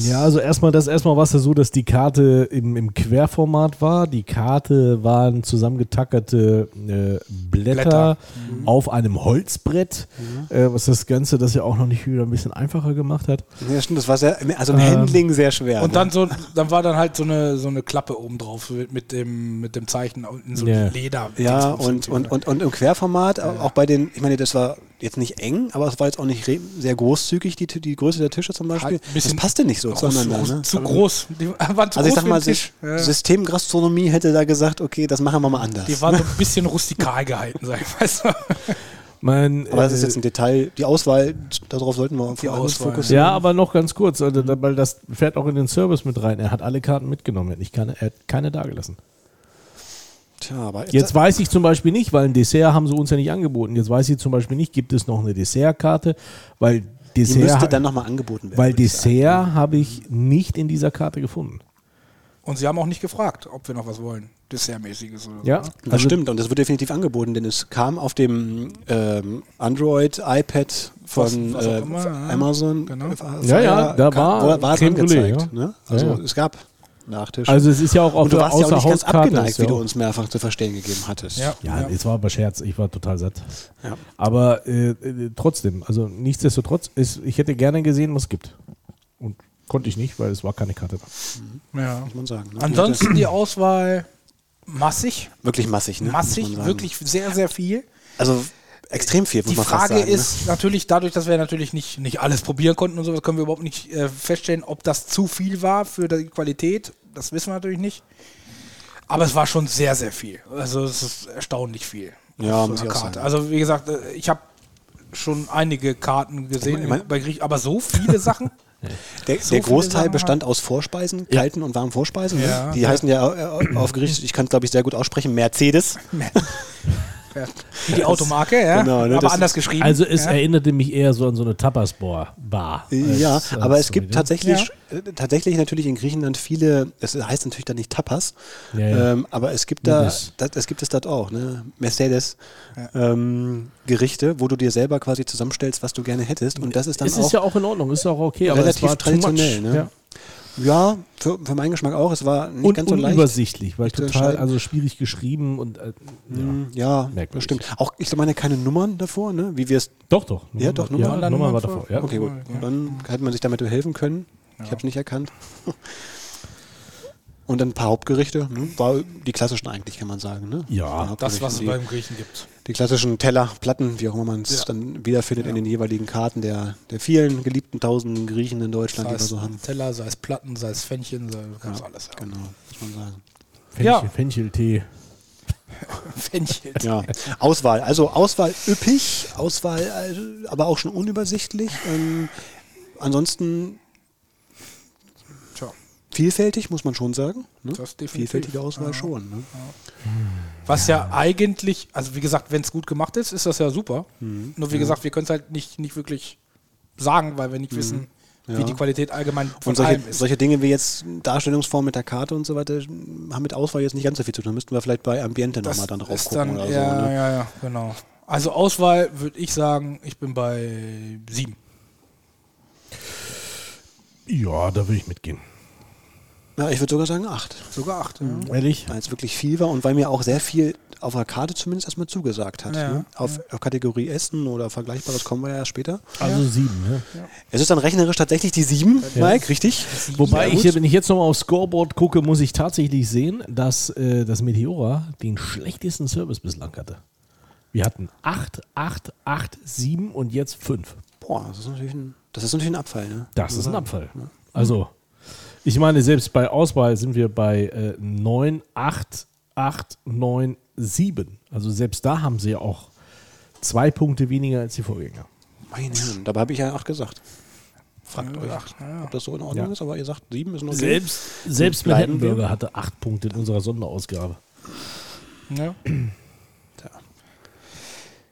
Speaker 5: ja, also erstmal das erstmal war es ja so, dass die Karte im, im Querformat war. Die Karte waren zusammengetackerte äh, Blätter,
Speaker 4: Blätter.
Speaker 3: Mhm.
Speaker 5: auf einem Holzbrett, äh, was das Ganze das ja auch noch nicht wieder ein bisschen einfacher gemacht hat.
Speaker 3: Ja, stimmt, das war sehr, also im
Speaker 5: Ähm,
Speaker 3: Handling sehr schwer. ne?
Speaker 4: Und dann so, dann war dann halt so eine so eine Klappe oben drauf mit, mit dem mit dem Zeichen in so
Speaker 5: Ja.
Speaker 4: Leder.
Speaker 3: ne? ja, und, und, und, und im Querformat, au- auch bei den, ich meine, das war jetzt nicht eng, aber es war jetzt auch nicht re- sehr großzügig, die, Ti- die Größe der Tische zum Beispiel.
Speaker 4: Halt ein
Speaker 3: Das
Speaker 4: bisschen
Speaker 3: passte nicht so
Speaker 4: groß,
Speaker 3: zueinander.
Speaker 4: groß,
Speaker 3: ne?
Speaker 4: zu groß. Die waren zu
Speaker 3: Also
Speaker 4: groß
Speaker 3: ich sag
Speaker 4: für
Speaker 3: mal,
Speaker 4: den Tisch.
Speaker 3: Sys-
Speaker 4: Ja.
Speaker 3: Systemgastronomie hätte da gesagt, okay, das machen wir mal anders.
Speaker 4: Die waren so ein bisschen rustikal gehalten, sag ich weißt du.
Speaker 5: Man,
Speaker 3: Aber das
Speaker 5: äh,
Speaker 3: ist jetzt ein Detail. Die Auswahl, darauf sollten wir uns
Speaker 4: Die Auswahl,
Speaker 3: fokussieren.
Speaker 5: äh, ja, aber noch ganz kurz, also,
Speaker 3: Mhm.
Speaker 5: da- weil das fährt auch in den Service mit rein. Er hat alle Karten mitgenommen, er hat, nicht keine, er hat keine dagelassen.
Speaker 3: Tja, aber
Speaker 5: Jetzt weiß ich zum Beispiel nicht, weil ein Dessert haben sie uns ja nicht angeboten. Jetzt weiß ich zum Beispiel nicht, gibt es noch eine Dessertkarte, weil
Speaker 3: die
Speaker 5: Dessert
Speaker 3: müsste
Speaker 4: halt
Speaker 3: dann nochmal angeboten werden.
Speaker 5: Weil
Speaker 3: würde ich sagen.
Speaker 5: Dessert habe ich nicht in dieser Karte gefunden.
Speaker 4: Und sie haben auch nicht gefragt, ob wir noch was wollen. Dessertmäßiges oder so.
Speaker 5: Ja,
Speaker 3: Das stimmt und das wird definitiv angeboten, denn es kam auf dem ähm, Android, iPad von
Speaker 4: Was- was auch
Speaker 3: äh,
Speaker 4: immer,
Speaker 3: von
Speaker 4: ja.
Speaker 3: Amazon.
Speaker 4: Genau.
Speaker 3: Äh,
Speaker 5: Ja, ja,
Speaker 3: war-
Speaker 5: da
Speaker 3: kam-
Speaker 5: war
Speaker 3: wo- war es
Speaker 5: Creme Brûlée,
Speaker 3: angezeigt.
Speaker 5: ja.
Speaker 3: Ne? Also
Speaker 5: Ja, ja.
Speaker 3: es gab Nachtisch.
Speaker 5: Also es ist ja auch auf
Speaker 3: und du
Speaker 5: der
Speaker 3: warst ja auch nicht ganz
Speaker 5: Außerhauskarte.
Speaker 3: abgeneigt,
Speaker 5: ist ja
Speaker 3: wie du
Speaker 5: auch-
Speaker 3: uns mehrfach zu verstehen gegeben hattest.
Speaker 4: Ja.
Speaker 5: ja,
Speaker 4: Ja.
Speaker 5: es war aber Scherz. Ich war total satt.
Speaker 3: Ja.
Speaker 5: Aber äh, äh, trotzdem, also nichtsdestotrotz, ist, ich hätte gerne gesehen, was es gibt. Und konnte ich nicht, weil es war keine Karte da.
Speaker 4: Ja.
Speaker 3: Muss man sagen. ne?
Speaker 4: Ansonsten die Auswahl massig,
Speaker 3: Wirklich massig, ne? Muss
Speaker 4: massig,
Speaker 3: man sagen.
Speaker 4: wirklich sehr, sehr viel.
Speaker 3: Also extrem viel, muss
Speaker 4: Die
Speaker 3: man fast
Speaker 4: Frage
Speaker 3: sagen. ne?
Speaker 4: ist natürlich, dadurch, dass wir natürlich nicht, nicht alles probieren konnten und sowas, können wir überhaupt nicht äh, feststellen, ob das zu viel war für die Qualität. Das wissen wir natürlich nicht. Aber es war schon sehr, sehr viel. Also es ist erstaunlich viel.
Speaker 3: Ja,
Speaker 4: auf so
Speaker 3: muss
Speaker 4: einer
Speaker 3: ich auch
Speaker 4: Karte.
Speaker 3: sagen.
Speaker 4: Also wie gesagt, äh, ich habe schon einige Karten gesehen
Speaker 3: Ich mein-
Speaker 4: bei Griech, aber so viele Sachen.
Speaker 3: Der,
Speaker 4: So
Speaker 3: der
Speaker 4: viele Sachen
Speaker 3: Großteil
Speaker 4: halt.
Speaker 3: bestand aus Vorspeisen, kalten und warmen Vorspeisen. ne?
Speaker 4: Ja.
Speaker 3: Die heißen ja äh, auf Gericht, ich kann es glaube ich sehr gut aussprechen, Mercedes.
Speaker 4: Ja. Wie die Automarke, ja.
Speaker 3: genau, ne,
Speaker 4: aber
Speaker 3: das-
Speaker 4: anders geschrieben.
Speaker 5: Also es
Speaker 4: ja.
Speaker 5: erinnerte mich eher so an so eine Tapas-Bar.
Speaker 3: Ja, aber es gibt tatsächlich,
Speaker 4: Ja.
Speaker 3: äh, tatsächlich natürlich in Griechenland viele, es heißt natürlich dann nicht Tapas,
Speaker 5: Ja, ja.
Speaker 3: Ähm, aber es gibt da,
Speaker 5: Nudis.
Speaker 3: das, es gibt es dort auch, ne? Mercedes ähm, Gerichte, wo du dir selber quasi zusammenstellst, was du gerne hättest und das ist dann
Speaker 5: Es
Speaker 3: auch,
Speaker 5: ist ja auch in Ordnung, ist auch okay, aber es
Speaker 3: relativ
Speaker 5: war too much.
Speaker 3: traditionell, ne?
Speaker 5: Ja.
Speaker 3: ja, für, für meinen Geschmack auch, es war nicht
Speaker 5: Und
Speaker 3: ganz so leicht.
Speaker 5: unübersichtlich, weil
Speaker 3: zu
Speaker 5: total,
Speaker 3: entscheiden.
Speaker 5: also schwierig geschrieben und äh,
Speaker 3: Mhm.
Speaker 5: ja.
Speaker 3: Ja,
Speaker 5: Merkwürdig.
Speaker 3: das stimmt. Auch, ich meine, keine Nummern davor, ne? wie wir es.
Speaker 5: Doch, doch.
Speaker 3: Ja, doch,
Speaker 5: Nummer,
Speaker 3: Nummer-
Speaker 5: ja,
Speaker 4: Online-
Speaker 5: Nummer war
Speaker 4: Nummer
Speaker 5: davor.
Speaker 4: vor-
Speaker 5: Ja.
Speaker 3: Okay, gut.
Speaker 4: Ja.
Speaker 3: Dann hätte man sich damit helfen können. Ich habe es nicht erkannt. Und dann ein paar Hauptgerichte. Ne? War die klassischen eigentlich, kann man sagen. Ne?
Speaker 5: Ja,
Speaker 3: Ein paar
Speaker 4: das, was es
Speaker 3: Hauptgerichte,
Speaker 4: beim Griechen gibt.
Speaker 3: die, die klassischen Teller, Platten, wie auch immer man es dann wiederfindet in den jeweiligen Karten der, der vielen geliebten tausenden Griechen in Deutschland,
Speaker 4: Sei
Speaker 3: die wir
Speaker 4: es
Speaker 3: so haben.
Speaker 4: Teller, sei es Platten, sei es Fännchen, sei kannst
Speaker 3: Ja,
Speaker 4: alles haben.
Speaker 3: Genau, muss man sagen.
Speaker 5: Fenchel,
Speaker 4: Ja.
Speaker 5: Fencheltee.
Speaker 4: Fännchen.
Speaker 3: Ja, Auswahl. Also Auswahl üppig, Auswahl äh, aber auch schon unübersichtlich. Ähm, ansonsten
Speaker 4: Tja,
Speaker 3: vielfältig, muss man schon sagen. Ne?
Speaker 4: das definitiv.
Speaker 3: Vielfältige Auswahl schon. Ne?
Speaker 4: Was ja eigentlich, also wie gesagt, wenn es gut gemacht ist, ist das ja super.
Speaker 3: Mhm.
Speaker 4: Nur wie gesagt, wir können es halt nicht, nicht wirklich sagen, weil wir nicht wissen, wie
Speaker 3: Mhm. Ja.
Speaker 4: die Qualität allgemein von
Speaker 3: Und solche,
Speaker 4: allem ist.
Speaker 3: solche Dinge wie jetzt Darstellungsform mit der Karte und so weiter m, haben mit Auswahl jetzt nicht ganz so viel zu tun. Müssten wir vielleicht bei Ambiente nochmal dann drauf
Speaker 4: ist dann,
Speaker 3: gucken oder so.
Speaker 4: ja,
Speaker 3: Ne?
Speaker 4: ja, ja, genau. Also Auswahl würde ich sagen, ich bin bei sieben.
Speaker 5: Ja, da will ich mitgehen.
Speaker 3: Ja, ich würde sogar sagen acht.
Speaker 4: Sogar acht. Ja.
Speaker 5: Ehrlich?
Speaker 3: Weil es wirklich viel war und weil mir auch sehr viel auf der Karte zumindest erstmal zugesagt hat.
Speaker 4: Ja,
Speaker 3: ne? Auf, auf Kategorie Essen oder Vergleichbares kommen wir ja erst später.
Speaker 5: Also sieben, ne?
Speaker 3: Es ist dann rechnerisch tatsächlich die sieben, Mike, richtig?
Speaker 5: Wobei
Speaker 3: Ja,
Speaker 5: ich,
Speaker 3: gut.
Speaker 5: wenn ich jetzt nochmal aufs Scoreboard gucke, muss ich tatsächlich sehen, dass äh, das Meteora den schlechtesten Service bislang hatte. Wir hatten 8, 8, 8, 7 und jetzt 5.
Speaker 3: Boah, das ist natürlich ein, das ist natürlich ein Abfall. Ne?
Speaker 5: Das ist ein Abfall. Also, ich meine, selbst bei Auswahl sind wir bei äh, 9, 8, 8, 9, 7. Also selbst da haben sie ja auch zwei Punkte weniger als die Vorgänger.
Speaker 3: Meine Herren, dabei habe ich ja acht gesagt. Fragt euch, ob das so in Ordnung
Speaker 5: Ja.
Speaker 3: ist, aber ihr sagt, sieben ist noch okay.
Speaker 5: Selbst, selbst
Speaker 3: Gut, bleiben
Speaker 5: Manhattan-Burger hatte 8 Punkte in unserer Sonderausgabe.
Speaker 4: Ja.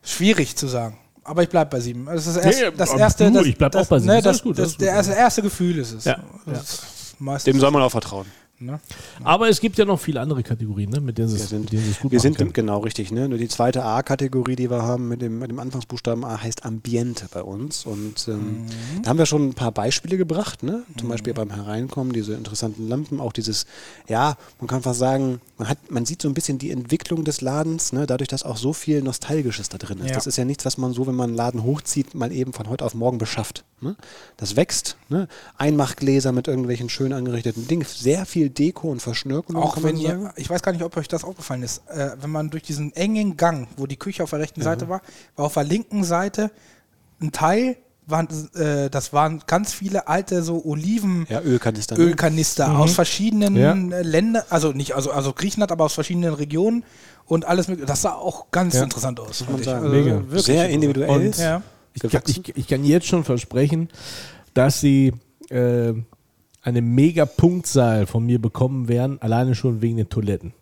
Speaker 4: Schwierig zu sagen. Aber ich bleibe bei sieben. Also Das ist das erste.
Speaker 5: Ja, ja,
Speaker 4: das
Speaker 5: aber
Speaker 4: erste
Speaker 5: ähm, du,
Speaker 4: das,
Speaker 5: ich bleib
Speaker 4: das,
Speaker 5: auch bei sieben.
Speaker 4: Ne,
Speaker 5: Ist
Speaker 4: das,
Speaker 5: alles gut,
Speaker 4: das,
Speaker 5: alles gut.
Speaker 4: der erste, erste Gefühl ist es.
Speaker 5: Ja.
Speaker 4: Das ist meistens,
Speaker 3: Dem soll man auch vertrauen.
Speaker 4: ne?
Speaker 5: Aber es gibt ja noch viele andere Kategorien, ne, mit denen sie
Speaker 3: Wir
Speaker 5: es
Speaker 3: sind,
Speaker 5: mit denen sie es gut
Speaker 3: wir
Speaker 5: machen
Speaker 3: sind
Speaker 5: können.
Speaker 3: genau richtig. Ne? Nur die zweite A-Kategorie, die wir haben mit dem, mit dem Anfangsbuchstaben A, heißt Ambiente bei uns. Und
Speaker 4: Mhm.
Speaker 3: ähm, da haben wir schon ein paar Beispiele gebracht. Ne? Zum Beispiel beim Hereinkommen diese interessanten Lampen, auch dieses, ja, man kann fast sagen, man, hat, man sieht so ein bisschen die Entwicklung des Ladens, ne? dadurch, dass auch so viel Nostalgisches da drin ist.
Speaker 4: Ja.
Speaker 3: Das ist ja nichts, was man so, wenn man einen Laden hochzieht, mal eben von heute auf morgen beschafft. Ne? Das wächst. Ne? Einmachgläser mit irgendwelchen schön angerichteten Dingen, sehr viel Deko und Verschnörkelung.
Speaker 4: Auch
Speaker 3: kann man
Speaker 4: wenn
Speaker 3: sagen.
Speaker 4: ihr, ich weiß gar nicht, ob euch das aufgefallen ist, äh, wenn man durch diesen engen Gang, wo die Küche auf der rechten
Speaker 3: Mhm.
Speaker 4: Seite war, war auf der linken Seite ein Teil, waren, äh, das waren ganz viele alte so Oliven.
Speaker 3: Ja, Ölkanister. ne?
Speaker 4: Ölkanister aus verschiedenen
Speaker 5: Ja.
Speaker 4: äh, Ländern, also nicht, also, also Griechenland, aber aus verschiedenen Regionen und alles mögliche. Das sah auch ganz interessant aus. fand
Speaker 3: man
Speaker 4: ich.
Speaker 3: sagen.
Speaker 4: Also,
Speaker 5: Mega.
Speaker 4: wirklich.
Speaker 3: Sehr individuell.
Speaker 5: Und-
Speaker 4: Ja.
Speaker 5: Ich kann, ich, ich kann jetzt schon versprechen, dass sie äh, eine mega Punktzahl von mir bekommen werden, alleine schon wegen den Toiletten.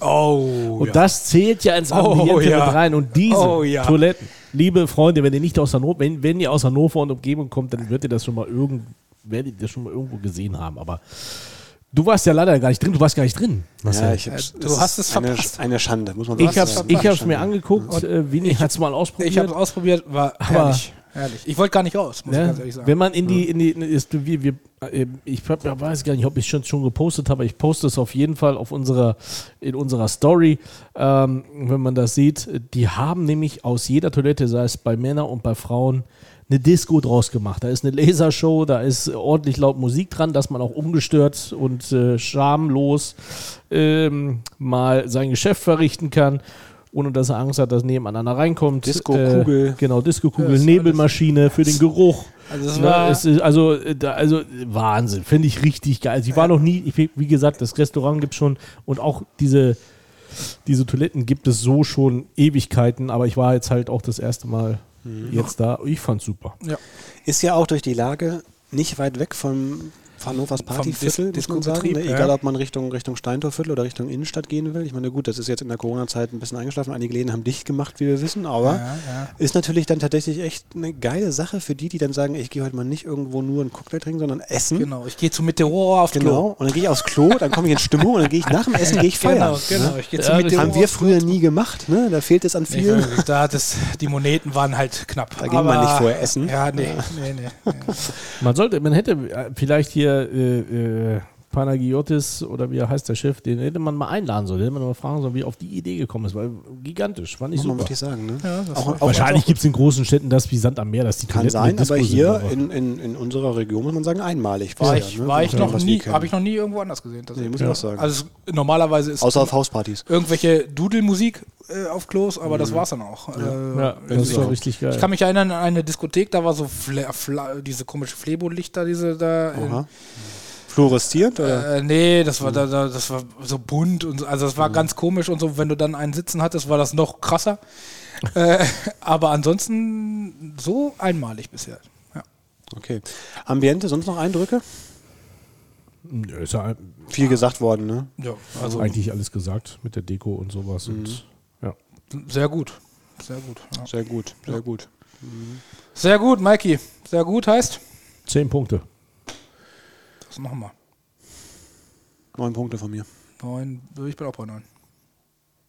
Speaker 4: Oh.
Speaker 5: Und
Speaker 4: ja. Oh
Speaker 5: das zählt ja ins Ambiente
Speaker 4: ja.
Speaker 5: mit rein. Und diese
Speaker 4: Oh, ja.
Speaker 5: Toiletten, liebe Freunde, wenn ihr nicht aus Hannover, wenn, wenn ihr aus Hannover und Umgebung kommt, dann wird ihr das schon mal irgend, werdet ihr das schon mal irgendwo gesehen haben. Aber du warst ja leider gar nicht drin, du warst gar nicht drin.
Speaker 3: Ja,
Speaker 5: Marcel.
Speaker 3: ich hab's,
Speaker 4: Äh, du
Speaker 3: das
Speaker 4: hast
Speaker 3: ist
Speaker 4: es
Speaker 3: eine,
Speaker 4: verpasst.
Speaker 3: eine Schande, muss man
Speaker 5: ich habe es
Speaker 3: sagen.
Speaker 5: ich
Speaker 3: Eine
Speaker 5: hab's mir
Speaker 3: Schande.
Speaker 5: angeguckt, äh, Winnie hat es mal ausprobiert.
Speaker 4: ich habe es ausprobiert, war herrlich. herrlich. Ich wollte gar nicht raus, muss ich ganz
Speaker 5: Ne?
Speaker 4: ehrlich sagen.
Speaker 5: Wenn man in die, in die ist, wir, wir, äh, ich hab- ja, weiß gar nicht, ob ich schon schon gepostet habe, aber ich poste es auf jeden Fall auf unserer, in unserer Story, ähm, wenn man das sieht. Die haben nämlich aus jeder Toilette, sei es bei Männern und bei Frauen, eine Disco draus gemacht. Da ist eine Lasershow, da ist ordentlich laut Musik dran, dass man auch ungestört und äh, schamlos ähm, mal sein Geschäft verrichten kann. Ohne dass er Angst hat, dass nebenan einer reinkommt.
Speaker 3: Disco-Kugel.
Speaker 5: Äh, genau, Disco-Kugel,
Speaker 4: Ja, ist
Speaker 5: Nebelmaschine für den Geruch.
Speaker 4: Also das
Speaker 5: Ne,
Speaker 4: war-
Speaker 5: es ist, also, äh, da, also äh, Wahnsinn, finde ich richtig geil. Also ich war noch nie, ich, wie gesagt, das Restaurant gibt schon und auch diese, diese Toiletten gibt es so schon Ewigkeiten, aber ich war jetzt halt auch das erste Mal
Speaker 4: Mhm.
Speaker 5: jetzt da. Ich fand's super.
Speaker 4: ja.
Speaker 3: Ist ja auch durch die Lage nicht weit weg vom Hannovers
Speaker 4: Dis-
Speaker 3: Partyviertel, muss man sagen.
Speaker 4: Diskobetrieb,
Speaker 3: Ne?
Speaker 4: ja.
Speaker 3: Egal, ob man Richtung, Richtung Steintorviertel oder Richtung Innenstadt gehen will. Ich meine, gut, das ist jetzt in der Corona-Zeit ein bisschen eingeschlafen. Einige Läden haben dicht gemacht, wie wir wissen, aber
Speaker 4: Ja, ja.
Speaker 3: ist natürlich dann tatsächlich echt eine geile Sache für die, die dann sagen, ich gehe heute mal nicht irgendwo nur einen Cocktail trinken, sondern essen.
Speaker 4: Genau, ich gehe zu Meteor aufs
Speaker 3: Genau. Und dann gehe ich aufs Klo, dann komme ich in Stimmung und dann gehe ich nach dem Essen gehe ich
Speaker 4: Klo.
Speaker 3: feiern.
Speaker 4: genau.
Speaker 3: Ne?
Speaker 4: Ich gehe
Speaker 5: Ja,
Speaker 4: zu Meteor.
Speaker 3: Haben wir früher nie gemacht, ne? Da fehlt es an
Speaker 4: Nee,
Speaker 3: vielen.
Speaker 4: wirklich, da hat es, die Moneten waren halt knapp.
Speaker 3: Da ging man nicht vorher essen.
Speaker 4: Ja, nee, nee, nee. nee.
Speaker 5: Man sollte, man hätte äh, vielleicht hier äh, äh, Panagiotis oder wie er heißt der Chef, den hätte man mal einladen sollen, hätte man mal fragen sollen, wie er auf die Idee gekommen ist, weil gigantisch, fand ich
Speaker 3: Muss man
Speaker 5: super.
Speaker 3: wirklich sagen, ne?
Speaker 4: Ja, das
Speaker 3: auch, auch,
Speaker 5: Wahrscheinlich gibt es in großen Städten das wie Sand am Meer, dass die
Speaker 3: kann
Speaker 5: Toiletten
Speaker 3: sein,
Speaker 5: eine Disco
Speaker 3: aber
Speaker 5: sind,
Speaker 3: hier in, in, in unserer Region muss man sagen, einmalig.
Speaker 4: War
Speaker 3: bisher,
Speaker 4: ich,
Speaker 3: ne?
Speaker 4: war ich
Speaker 3: Von dem,
Speaker 4: noch
Speaker 3: was wir
Speaker 4: nie,
Speaker 3: kennen.
Speaker 4: habe ich noch nie irgendwo anders gesehen.
Speaker 3: Nee,
Speaker 4: tatsächlich.
Speaker 3: muss ich auch sagen.
Speaker 4: Also es, normalerweise ist
Speaker 3: Außer auf Hauspartys.
Speaker 4: irgendwelche Dudelmusik äh, auf Klos, aber das war's dann auch. Äh,
Speaker 5: Mhm. ja, das war richtig geil.
Speaker 4: Ich kann mich erinnern an eine Diskothek, da war so Fla Fla diese komische Flebo-Lichter, diese da. in-
Speaker 3: Aha. Fluoresziert oder?
Speaker 4: Äh, nee, das
Speaker 5: Mhm.
Speaker 4: war da, da, das war so bunt und so, also das war ganz komisch und so, wenn du dann einen sitzen hattest, war das noch krasser. äh, aber ansonsten so einmalig bisher. Ja.
Speaker 3: Okay. Ambiente, sonst noch Eindrücke?
Speaker 5: Ja, ist ja
Speaker 3: Viel gesagt worden, ne?
Speaker 4: ja, also
Speaker 5: eigentlich alles gesagt mit der Deko und sowas. Und,
Speaker 3: Mhm.
Speaker 5: ja.
Speaker 4: sehr gut. Sehr gut. Ja.
Speaker 3: Sehr gut, sehr gut.
Speaker 4: Sehr gut, Mikey. Sehr gut heißt,
Speaker 5: Zehn Punkte.
Speaker 4: das machen wir.
Speaker 3: Neun Punkte von mir.
Speaker 4: Neun, ich bin auch bei neun.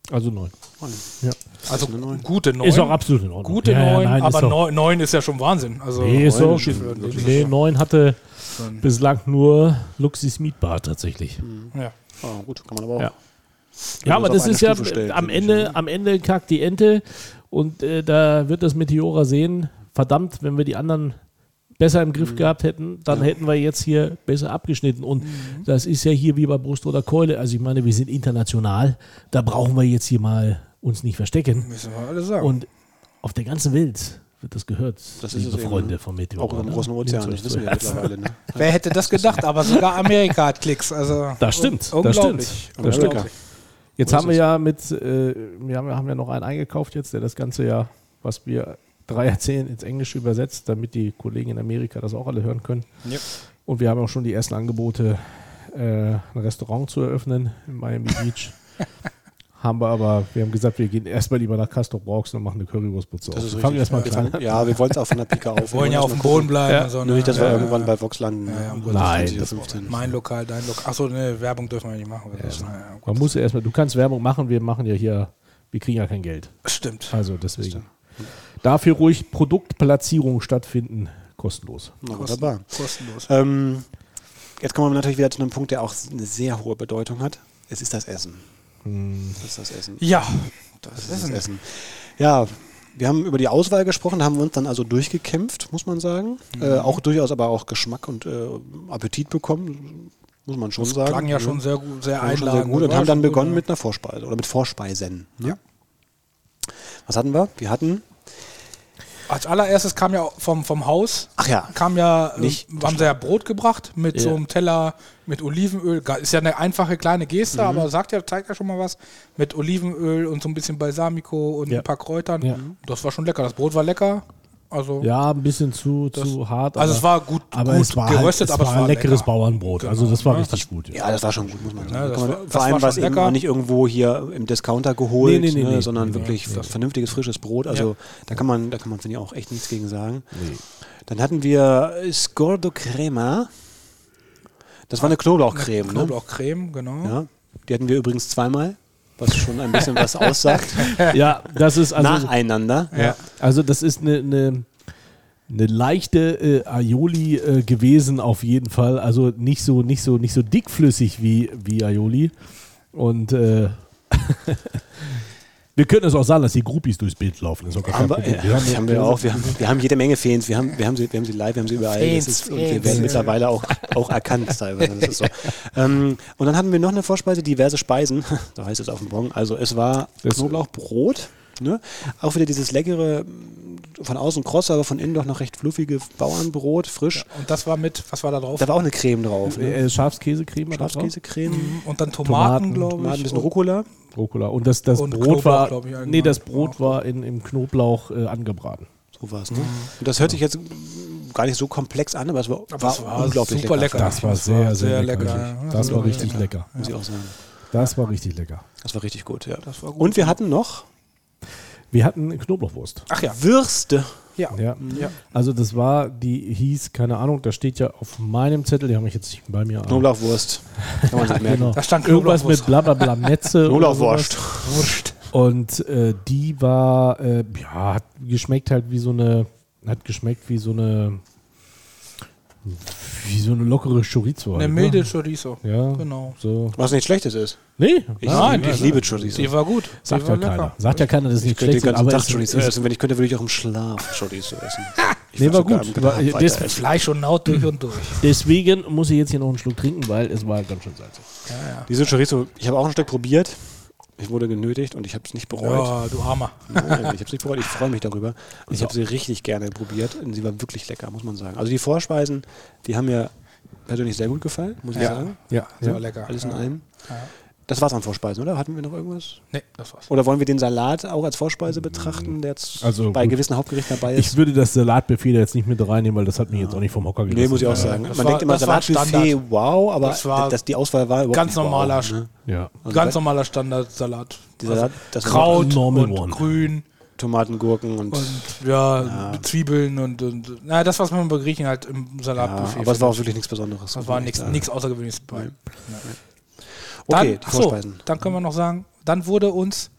Speaker 5: Also neun.
Speaker 3: Neun.
Speaker 5: Ja.
Speaker 4: Also
Speaker 3: eine Neun.
Speaker 4: gute neun.
Speaker 5: Ist auch absolut in Ordnung.
Speaker 4: gute
Speaker 5: ja, ja,
Speaker 4: neun,
Speaker 5: nein,
Speaker 4: aber
Speaker 5: ist auch-
Speaker 4: neun, neun ist ja schon Wahnsinn. Also
Speaker 5: Nee, ist
Speaker 3: Neun
Speaker 5: so.
Speaker 3: ist schon
Speaker 4: wirklich
Speaker 5: Nee,
Speaker 4: schon.
Speaker 5: neun hatte
Speaker 4: Dann-
Speaker 5: bislang nur Luxis Mietbar tatsächlich.
Speaker 4: ja.
Speaker 3: Ah, gut, kann man aber auch.
Speaker 5: Ja. Ja, aber
Speaker 3: das auf
Speaker 5: das
Speaker 3: eine
Speaker 5: ist ja
Speaker 3: Stufe stellen,
Speaker 5: am
Speaker 3: finde ich,
Speaker 5: Ende, am Ende kackt die Ente und äh, da wird das Meteora sehen. Verdammt, wenn wir die anderen besser im
Speaker 3: Mhm.
Speaker 5: Griff gehabt hätten, dann hätten wir jetzt hier besser abgeschnitten. Und
Speaker 3: Mhm.
Speaker 5: das ist ja hier wie bei Brust oder Keule. Also ich meine, wir sind international. Da brauchen wir jetzt hier mal uns nicht verstecken.
Speaker 4: Müssen wir alle sagen.
Speaker 5: Und auf der ganzen Welt wird das gehört,
Speaker 3: Das ist
Speaker 5: liebe
Speaker 3: es eben,
Speaker 5: Freunde
Speaker 3: ne?
Speaker 5: vom Meteora.
Speaker 3: Auch über den
Speaker 5: ne?
Speaker 3: großen Ozean,
Speaker 5: Nehmt's
Speaker 3: das
Speaker 5: euch
Speaker 3: wissen
Speaker 5: zu
Speaker 3: wir
Speaker 5: Herzen.
Speaker 3: mittlerweile. Ne?
Speaker 4: Wer hätte das gedacht? Aber sogar Amerika hat Klicks. Also
Speaker 5: Das stimmt, das
Speaker 4: Unglaublich.
Speaker 5: stimmt. Das
Speaker 4: Unglaublich.
Speaker 3: stimmt.
Speaker 5: Jetzt
Speaker 3: So
Speaker 5: haben wir
Speaker 3: ist
Speaker 5: ja mit, äh, wir haben, haben ja noch einen eingekauft jetzt, der das Ganze ja, was wir drei erzählen, ins Englische übersetzt, damit die Kollegen in Amerika das auch alle hören können.
Speaker 4: Ja.
Speaker 5: Und wir haben auch schon die ersten Angebote, äh, ein Restaurant zu eröffnen in Miami Beach. haben wir aber, wir haben gesagt, wir gehen erstmal lieber nach Castor Brauxel und machen eine Currywurstputze
Speaker 3: Das ist
Speaker 5: Fangen wir
Speaker 3: richtig.
Speaker 5: erstmal
Speaker 3: Wir
Speaker 5: klein
Speaker 3: fangen- Ja, wir wollen es auch von der Pike auf.
Speaker 4: Wir wollen ja auf
Speaker 3: erst
Speaker 4: dem
Speaker 3: mal
Speaker 4: Boden bleiben.
Speaker 5: Ja.
Speaker 4: und
Speaker 3: gucken.
Speaker 4: so,
Speaker 3: Nur
Speaker 4: ne?
Speaker 3: nicht, dass wir
Speaker 4: Ja,
Speaker 3: irgendwann bei Vox landen. ne?
Speaker 4: ja, um
Speaker 3: Um
Speaker 4: Gottes
Speaker 5: Nein,
Speaker 3: 20,
Speaker 5: das
Speaker 3: 15.
Speaker 4: Mein Lokal, dein Lokal. Achso, ne, Werbung dürfen wir nicht machen. Das ist- naja, gut.
Speaker 5: Man muss ja erstmal, du kannst Werbung machen, wir machen ja hier, wir kriegen ja kein Geld.
Speaker 4: Stimmt.
Speaker 5: Also deswegen. Dafür ruhig Produktplatzierung stattfinden, kostenlos.
Speaker 3: Na, wunderbar.
Speaker 4: Kostenlos.
Speaker 3: Ähm, jetzt kommen wir natürlich wieder zu einem Punkt, der auch eine sehr hohe Bedeutung hat. Es ist das Essen.
Speaker 5: Hm.
Speaker 3: Es ist das Essen.
Speaker 4: Ja, das
Speaker 3: Es
Speaker 4: ist
Speaker 3: ist
Speaker 4: ein
Speaker 3: das Essen. Ja, wir haben über die Auswahl gesprochen, da haben wir uns dann also durchgekämpft, muss man sagen.
Speaker 4: Mhm.
Speaker 3: Äh, auch durchaus aber auch Geschmack und äh, Appetit bekommen, muss man schon sagen.
Speaker 4: Klang ja
Speaker 3: ne?
Speaker 4: schon sehr gut, sehr
Speaker 3: Klang schon
Speaker 4: einladend.
Speaker 3: gut und
Speaker 4: War
Speaker 3: haben
Speaker 4: schon
Speaker 3: dann
Speaker 4: gut,
Speaker 3: begonnen
Speaker 4: ja.
Speaker 3: mit einer Vorspeise oder mit Vorspeisen. Ne? Was hatten wir? Wir hatten,
Speaker 4: Als allererstes kam ja vom, vom Haus,
Speaker 3: ach ja,
Speaker 4: kam ja, ähm,
Speaker 3: Nicht-
Speaker 4: haben sie ja Brot gebracht mit
Speaker 5: Ja.
Speaker 4: so einem Teller mit Olivenöl. Ge- Ist ja eine einfache kleine Geste, aber sagt ja, zeigt ja schon mal was. Mit Olivenöl und so ein bisschen Balsamico und
Speaker 5: Ja.
Speaker 4: ein paar Kräutern.
Speaker 5: Ja.
Speaker 4: Das war schon lecker. Das Brot war lecker. Also,
Speaker 5: Ja, ein bisschen zu, zu hart.
Speaker 4: also es war gut,
Speaker 5: aber
Speaker 4: gut
Speaker 5: es war
Speaker 4: geröstet,
Speaker 5: halt,
Speaker 4: aber
Speaker 5: es war ein leckeres Bauernbrot. Also das war
Speaker 4: Ja.
Speaker 5: richtig gut. Ja.
Speaker 3: Ja, das war schon gut, muss man sagen.
Speaker 4: Ja, das
Speaker 3: Kann man-
Speaker 4: war- das
Speaker 3: Vor
Speaker 4: war
Speaker 3: allem
Speaker 4: schon
Speaker 3: war es eben
Speaker 4: lecker.
Speaker 3: auch nicht irgendwo hier im Discounter
Speaker 5: Nee,
Speaker 3: geholt,
Speaker 5: nee, nee,
Speaker 3: ne,
Speaker 5: nee.
Speaker 3: sondern
Speaker 5: Nee,
Speaker 3: wirklich
Speaker 5: nee.
Speaker 3: vernünftiges, frisches Brot. Also da kann man, da kann man, finde ich, auch echt nichts gegen sagen. Dann hatten wir Scordo Crema. Das war eine Knoblauchcreme, ne?
Speaker 4: Knoblauchcreme, genau.
Speaker 3: Ja. Die hatten wir übrigens zweimal, was schon ein bisschen was aussagt.
Speaker 5: ja, das ist also,
Speaker 3: Nacheinander.
Speaker 4: Ja.
Speaker 5: also das ist eine, eine, eine leichte äh, Aioli äh, gewesen auf jeden Fall. Also nicht so, nicht so, nicht so dickflüssig wie, wie Aioli. Und äh, wir können es auch sagen, dass die Groupies durchs Bild laufen. Das ist auch gar kein
Speaker 3: Haben wir,
Speaker 5: Problem.
Speaker 3: ja, die haben wir auch. Wir haben, wir haben jede Menge Fans. Wir haben, wir haben, sie, wir haben sie live, wir haben sie überall.
Speaker 4: Fans,
Speaker 3: das ist, und wir
Speaker 4: Fans.
Speaker 3: werden mittlerweile auch, auch erkannt teilweise. Das ist so. ähm, und dann hatten wir noch eine Vorspeise, diverse Speisen. So heißt es auf dem Bon. Also es war
Speaker 5: Das-
Speaker 3: Knoblauchbrot. Ne? Auch wieder dieses leckere, mh, von außen kross, aber von innen doch noch recht fluffige Bauernbrot, frisch.
Speaker 4: Und das war mit, was war da drauf?
Speaker 3: Da war auch eine Creme drauf. Ne?
Speaker 5: Äh, Schafskäsecreme war da drauf?
Speaker 3: Schafskäsecreme,
Speaker 4: Und dann Tomaten,
Speaker 5: Tomaten,
Speaker 4: glaube
Speaker 3: mal ein
Speaker 4: ich.
Speaker 3: bisschen Rucola.
Speaker 5: Rucola. Und das, das
Speaker 4: Und
Speaker 5: Brot
Speaker 4: Knoblauch,
Speaker 5: war,
Speaker 4: glaub ich, allgemein.
Speaker 5: nee, das Brot war in, im Knoblauch äh, angebraten.
Speaker 3: So war es, ne? Und das hört sich jetzt gar nicht so komplex an, aber es war,
Speaker 4: Aber
Speaker 3: war,
Speaker 4: es war
Speaker 3: unglaublich
Speaker 4: super lecker.
Speaker 3: lecker.
Speaker 4: Das
Speaker 6: Das war sehr, sehr lecker.
Speaker 4: ja. Also
Speaker 6: Das war
Speaker 4: unglaublich
Speaker 6: richtig lecker.
Speaker 3: Muss ich auch sagen.
Speaker 6: Das war richtig lecker.
Speaker 3: Das war richtig gut, ja.
Speaker 4: Das war gut.
Speaker 3: Und wir hatten noch
Speaker 5: Wir hatten Knoblauchwurst.
Speaker 4: Ach ja,
Speaker 3: Würste.
Speaker 4: ja.
Speaker 5: Ja.
Speaker 4: Ja.
Speaker 5: Also das war, die hieß, keine Ahnung, da steht ja auf meinem Zettel, die habe ich jetzt nicht bei mir. aber-
Speaker 3: Knoblauchwurst. Kann man sich merken.
Speaker 5: Genau.
Speaker 4: Da stand
Speaker 5: Irgendwas
Speaker 4: Knoblauchwurst.
Speaker 5: mit blablabla Netze. oder sowas.
Speaker 3: Knoblauchwurst.
Speaker 4: Wurscht.
Speaker 5: Und äh, die war, äh, ja, hat geschmeckt halt wie so eine, hat geschmeckt wie so eine, wie so eine lockere Chorizo.
Speaker 4: Eine
Speaker 5: halt,
Speaker 4: milde Chorizo.
Speaker 5: Ne? Ja,
Speaker 4: Genau.
Speaker 5: so.
Speaker 3: Was nichts Schlechtes ist.
Speaker 5: Nee,
Speaker 3: Ich,
Speaker 5: nein,
Speaker 3: ich
Speaker 5: nein,
Speaker 3: liebe
Speaker 5: nein.
Speaker 3: Chorizo.
Speaker 4: Die war gut. Die
Speaker 5: Sagt ja
Speaker 4: war
Speaker 5: keiner. Sagt ja keiner, das ist
Speaker 3: Ich
Speaker 5: nicht
Speaker 3: könnte den
Speaker 5: schlecht,
Speaker 3: ganzen
Speaker 5: aber
Speaker 3: Tag
Speaker 5: es ist,
Speaker 3: Chorizo
Speaker 5: äh,
Speaker 3: essen. Wenn ich könnte, würde ich auch im Schlaf Chorizo essen. Ich
Speaker 5: Nee,
Speaker 3: würd
Speaker 5: war
Speaker 3: sogar
Speaker 5: gut.
Speaker 3: am Abend
Speaker 5: War-
Speaker 3: weiter
Speaker 5: des-
Speaker 3: essen.
Speaker 4: Fleisch und Haut durch und durch.
Speaker 5: deswegen muss ich jetzt hier noch einen Schluck trinken, weil es war ganz schön salzig.
Speaker 3: Diese Chorizo, ich habe auch ein Stück probiert. Ich wurde genötigt und ich habe es nicht bereut.
Speaker 4: Ja, du Armer.
Speaker 3: Nein, ich habe es nicht bereut. Ich freue mich darüber. Ich habe sie richtig gerne probiert und sie war wirklich lecker, muss man sagen. Also die Vorspeisen, die haben mir persönlich sehr gut gefallen, muss ich
Speaker 4: Ja.
Speaker 3: sagen.
Speaker 6: Ja.
Speaker 4: Die war lecker.
Speaker 3: Alles in
Speaker 4: Ja.
Speaker 3: allem.
Speaker 4: Ja.
Speaker 3: Das war's an Vorspeisen, oder? Hatten wir noch irgendwas?
Speaker 4: Nee, das war's.
Speaker 3: Oder wollen wir den Salat auch als Vorspeise betrachten, der jetzt
Speaker 6: Also
Speaker 3: bei
Speaker 6: gut.
Speaker 3: gewissen Hauptgerichten dabei ist?
Speaker 5: Ich würde das Salatbuffet da jetzt nicht mit reinnehmen, weil das hat mich jetzt auch nicht vom Hocker gelassen.
Speaker 3: Nee, muss ich auch sagen. Man
Speaker 4: war-
Speaker 3: denkt immer
Speaker 4: das war
Speaker 3: Salatbuffet,
Speaker 4: Standard.
Speaker 3: wow, aber
Speaker 4: Das war
Speaker 3: dass die Auswahl war überhaupt
Speaker 4: Ganz
Speaker 3: nicht
Speaker 4: normaler,
Speaker 3: wow, ne?
Speaker 5: Ja.
Speaker 3: Also
Speaker 4: ganz
Speaker 3: bei-
Speaker 4: normaler Standardsalat. Also
Speaker 3: die Salat, das war
Speaker 4: Kraut
Speaker 5: Normal
Speaker 4: und
Speaker 5: one.
Speaker 4: Grün
Speaker 3: Tomaten, Gurken und,
Speaker 4: und ja, Zwiebeln und, und na, das, was man bei Griechen halt im
Speaker 3: ja,
Speaker 4: Salatbuffet
Speaker 3: aber es war auch
Speaker 4: findet.
Speaker 3: wirklich nichts Besonderes.
Speaker 4: das war
Speaker 3: muss ich sagen.
Speaker 4: nichts Außergewöhnliches bei. Dann,
Speaker 3: Okay, die
Speaker 4: achso,
Speaker 3: Vorspeisen.
Speaker 4: dann können wir noch sagen, dann wurde uns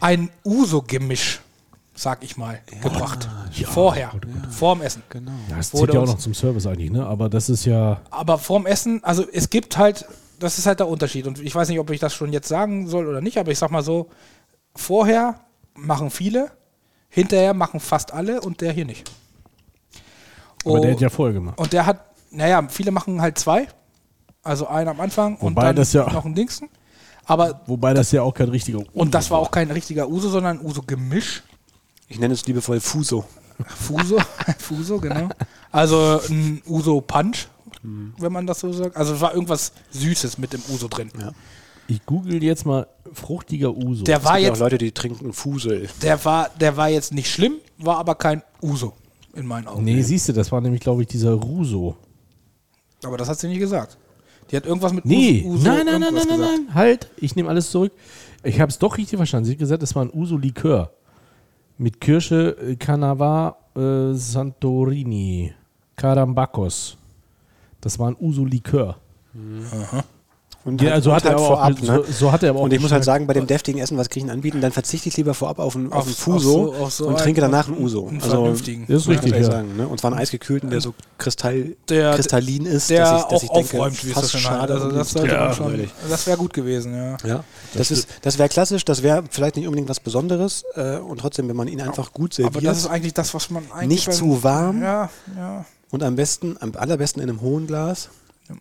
Speaker 4: ein Uso-Gemisch, sag ich mal, gebracht. Vorher, vorm Essen. Genau.
Speaker 5: Ja, das
Speaker 4: Wurde
Speaker 5: zählt ja auch
Speaker 4: uns-
Speaker 5: noch zum Service eigentlich, ne? Aber das ist ja.
Speaker 4: Aber vorm Essen, also es gibt halt, das ist halt der Unterschied. Und ich weiß nicht, ob ich das schon jetzt sagen soll oder nicht, aber ich sag mal so, vorher machen viele, hinterher machen fast alle und der hier nicht.
Speaker 5: Aber der
Speaker 4: Oh,
Speaker 5: hat ja voll gemacht.
Speaker 4: und der hat, naja, viele machen halt zwei. Also einen am Anfang und
Speaker 5: Wobei
Speaker 4: dann
Speaker 5: das ja-
Speaker 4: noch einen Dingsten. Aber
Speaker 5: Wobei das ja auch kein richtiger.
Speaker 4: Und das war auch kein richtiger Uso, sondern Uso-Gemisch.
Speaker 3: Ich nenne es liebevoll Fuso.
Speaker 4: Fuso, Fuso, genau. Also ein Uso-Punch,
Speaker 3: Mhm.
Speaker 4: wenn man das so sagt. Also es war irgendwas Süßes mit dem Uso drin.
Speaker 5: Ich google jetzt mal fruchtiger Uso.
Speaker 4: Der war
Speaker 3: Es gibt ja auch
Speaker 4: jetzt,
Speaker 3: Leute, die trinken Fusel.
Speaker 4: der war, der war jetzt nicht schlimm, war aber kein Uso in meinen Augen.
Speaker 5: nee, siehst du, das war nämlich, glaube ich, dieser Ruso.
Speaker 4: Aber das hat sie nicht gesagt. Die hat irgendwas mit
Speaker 5: Nee,
Speaker 4: Uso, Uso
Speaker 5: nein, nein, nein, nein,
Speaker 4: irgendwas
Speaker 5: nein,
Speaker 4: gesagt.
Speaker 5: nein, halt, ich nehme alles zurück. Ich habe es doch richtig verstanden. Sie hat gesagt, es war ein Uso-Likör. Mit Kirsche, äh, Canava, äh, Santorini, Carambacos. Das war ein Uso-Likör.
Speaker 3: Und
Speaker 5: Ja,
Speaker 3: halt-
Speaker 5: also
Speaker 3: und
Speaker 5: hat er
Speaker 3: halt
Speaker 5: aber auch,
Speaker 3: vorab,
Speaker 5: so,
Speaker 3: ne?
Speaker 5: so hat er aber auch
Speaker 3: Und ich muss halt
Speaker 5: geschmeckt.
Speaker 3: sagen, bei dem deftigen Essen, was Griechen anbieten, dann verzichte ich lieber vorab auf einen, auf
Speaker 4: Auf-
Speaker 3: einen
Speaker 4: auf
Speaker 3: Fuso
Speaker 4: so- auf so
Speaker 3: und
Speaker 4: einen-
Speaker 3: trinke danach einen Uso.
Speaker 4: Einen
Speaker 3: Also,
Speaker 4: vernünftigen.
Speaker 5: Das ist
Speaker 3: Muss ich
Speaker 5: richtig,
Speaker 3: ehrlich
Speaker 5: ja.
Speaker 3: sagen, ne? Und zwar einen eisgekühlten, der so kristall,
Speaker 4: Der-
Speaker 3: kristallin ist,
Speaker 4: Der
Speaker 3: dass ich, dass
Speaker 4: auch
Speaker 3: ich denke,
Speaker 4: aufräumt, wie es das
Speaker 3: fast
Speaker 4: schon heißt.
Speaker 3: schade.
Speaker 4: Also
Speaker 3: um
Speaker 4: das,
Speaker 3: den
Speaker 4: sollte
Speaker 3: Trinker
Speaker 4: man
Speaker 3: zu
Speaker 4: schon,
Speaker 3: verlieren.
Speaker 4: das wäre gut gewesen, ja.
Speaker 3: Ja, das, ist, das wäre klassisch, das wäre vielleicht nicht unbedingt was Besonderes äh, und trotzdem, wenn man ihn einfach gut serviert,
Speaker 4: Aber das ist eigentlich das, was man eigentlich
Speaker 3: nicht
Speaker 4: beim-
Speaker 3: zu warm
Speaker 4: Ja, ja.
Speaker 3: und am besten, am allerbesten in einem hohen Glas,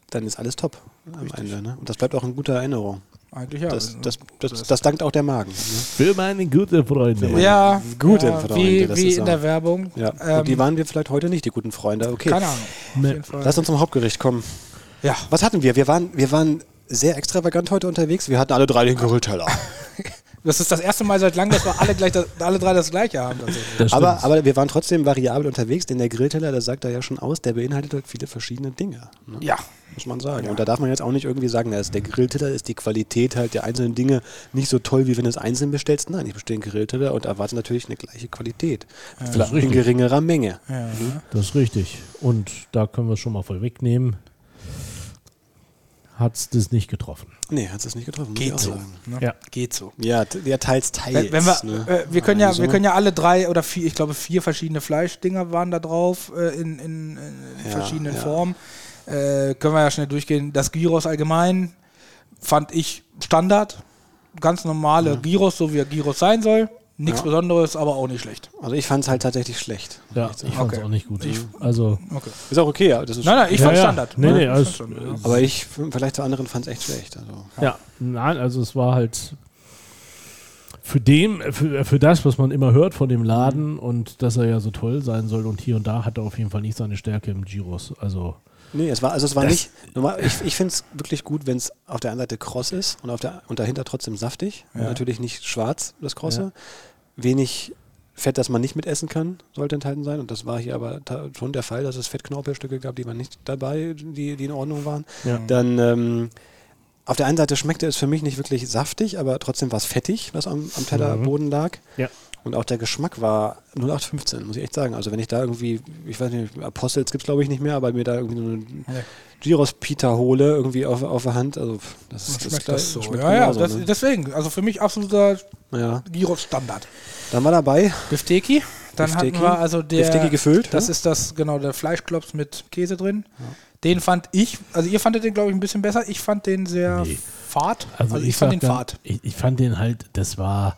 Speaker 3: dann ist alles top am Ende. Ne? Und das bleibt auch in guter Erinnerung.
Speaker 4: Eigentlich ja.
Speaker 3: Das, das, das, das, dankt auch der Magen. Ne?
Speaker 5: Für meine gute Freunde.
Speaker 4: ja,
Speaker 3: Gute
Speaker 4: ja,
Speaker 3: Verdauung,
Speaker 4: wie,
Speaker 3: das
Speaker 4: wie
Speaker 3: ist
Speaker 4: in
Speaker 3: auch-
Speaker 4: der Werbung.
Speaker 3: Ja.
Speaker 4: Ähm,
Speaker 3: und die waren wir vielleicht heute nicht, die guten Freunde. Okay.
Speaker 4: Keine Ahnung. Auf
Speaker 5: Nee.
Speaker 4: jeden Fall.
Speaker 3: Lass uns zum Hauptgericht kommen.
Speaker 4: ja,
Speaker 3: Was hatten wir? Wir waren, wir waren sehr extravagant heute unterwegs. Wir hatten alle drei den Grillteller.
Speaker 4: das ist das erste Mal seit langem, dass wir alle, gleich das, alle drei das gleiche haben. tatsächlich.
Speaker 5: Das stimmt.
Speaker 3: aber, aber wir waren trotzdem variabel unterwegs, denn der Grillteller, der sagt da ja schon aus, der beinhaltet halt viele verschiedene Dinge. Ne?
Speaker 4: Ja.
Speaker 3: Muss man sagen. Und da darf man jetzt auch nicht irgendwie sagen, dass der Grillteller ist die Qualität halt der einzelnen Dinge nicht so toll, wie wenn du es einzeln bestellst. Nein, ich bestelle einen Grillteller und erwarte natürlich eine gleiche Qualität. Vielleicht in geringerer Menge.
Speaker 4: ne?
Speaker 5: Das ist richtig. Und da können wir es schon mal vorwegnehmen. Hat es das nicht getroffen.
Speaker 3: Nee, hat es nicht getroffen. muss ich
Speaker 4: Geht
Speaker 3: auch
Speaker 4: so.
Speaker 3: sagen.
Speaker 4: Ne?
Speaker 5: Ja.
Speaker 4: Geht so.
Speaker 3: Ja, t- ja, teils,
Speaker 4: Wenn,
Speaker 3: teils.
Speaker 4: wenn wir,
Speaker 3: ne?
Speaker 4: äh, wir, können ja,
Speaker 3: Also-
Speaker 4: wir können ja alle drei oder vier, ich glaube vier verschiedene Fleischdinger waren da drauf äh, in, in, in
Speaker 3: Ja,
Speaker 4: verschiedenen
Speaker 3: ja.
Speaker 4: Formen. Äh, können wir ja schnell durchgehen. Das Gyros allgemein fand ich Standard. Ganz normale Gyros, so wie er Gyros sein soll. Nichts
Speaker 3: Ja.
Speaker 4: Besonderes, aber auch nicht schlecht.
Speaker 3: Also ich fand es halt tatsächlich schlecht.
Speaker 5: Ja, ich fand es
Speaker 4: Okay.
Speaker 5: auch nicht gut. Ich, also,
Speaker 4: Okay.
Speaker 3: Ist auch okay, ja. Das ist
Speaker 4: Nein, nein, ich
Speaker 5: Ja,
Speaker 4: fand
Speaker 5: ja.
Speaker 4: Standard.
Speaker 5: Nee, nee,
Speaker 4: Ich
Speaker 5: alles-
Speaker 4: fand Standard, ja.
Speaker 3: aber ich, f- vielleicht zu anderen fand es echt schlecht. Also.
Speaker 5: ja, nein, also es war halt für dem, für, für das, was man immer hört von dem Laden und dass er ja so toll sein soll und hier und da hat er auf jeden Fall nicht seine Stärke im Giros. Also,
Speaker 3: Nee, es war, also es war
Speaker 5: Das-
Speaker 3: nicht. Normal, ich ich finde es wirklich gut, wenn es auf der einen Seite kross ist und, auf der, und dahinter trotzdem saftig. Und natürlich nicht schwarz, das Krosse. Wenig Fett, das man nicht mitessen kann, sollte enthalten sein. Und das war hier aber ta- schon der Fall, dass es Fettknorpelstücke gab, die man nicht dabei, die, die in Ordnung waren.
Speaker 5: Ja.
Speaker 3: Dann ähm, auf der einen Seite schmeckte es für mich nicht wirklich saftig, aber trotzdem war es fettig, was am, am Tellerboden lag.
Speaker 5: Ja.
Speaker 3: Und auch der Geschmack war 0815, muss ich echt sagen. Also wenn ich da irgendwie, ich weiß nicht, Apostels gibt es glaube ich nicht mehr, aber mir da irgendwie so eine
Speaker 4: Nee.
Speaker 3: Gyros-Pita hole, irgendwie auf, auf der Hand, also pff, das,
Speaker 4: Das
Speaker 3: ist-
Speaker 4: Oh, schmeckt
Speaker 3: gleich-
Speaker 4: das so.
Speaker 3: schmeckt
Speaker 4: ja, ja,
Speaker 3: genauso,
Speaker 4: das,
Speaker 3: ne?
Speaker 4: deswegen. Also für mich absoluter
Speaker 3: ja.
Speaker 4: Gyros-Standard.
Speaker 3: Dann war dabei,
Speaker 4: Bifteki. Dann
Speaker 3: Bifteki.
Speaker 4: hatten wir also der.
Speaker 3: Bifteki gefüllt,
Speaker 4: Das
Speaker 3: ne?
Speaker 4: ist das, genau, der Fleischklops mit Käse drin. Den fand ich, also ihr fandet den, glaube ich, ein bisschen besser. Ich fand den sehr
Speaker 5: Nee.
Speaker 4: fad.
Speaker 5: Also, ich, fand den
Speaker 4: den
Speaker 5: Fahrt.
Speaker 4: fad.
Speaker 5: Ich, ich fand den halt, das war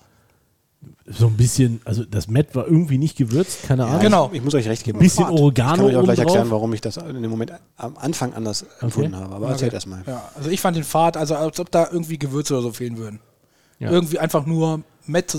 Speaker 5: so ein bisschen, also das Met war irgendwie nicht gewürzt, keine Ahnung.
Speaker 4: Genau.
Speaker 3: ich muss euch recht geben.
Speaker 5: Bisschen
Speaker 4: Fahrt.
Speaker 3: Ich
Speaker 5: Oregano
Speaker 3: kann euch auch gleich
Speaker 5: obendrauf.
Speaker 3: erklären, warum ich das in dem Moment am Anfang anders empfunden habe. Aber erzählt erst mal.
Speaker 4: Ja, also ich fand den fad, also als ob da irgendwie Gewürze oder so fehlen würden.
Speaker 5: Ja.
Speaker 4: Irgendwie einfach nur Met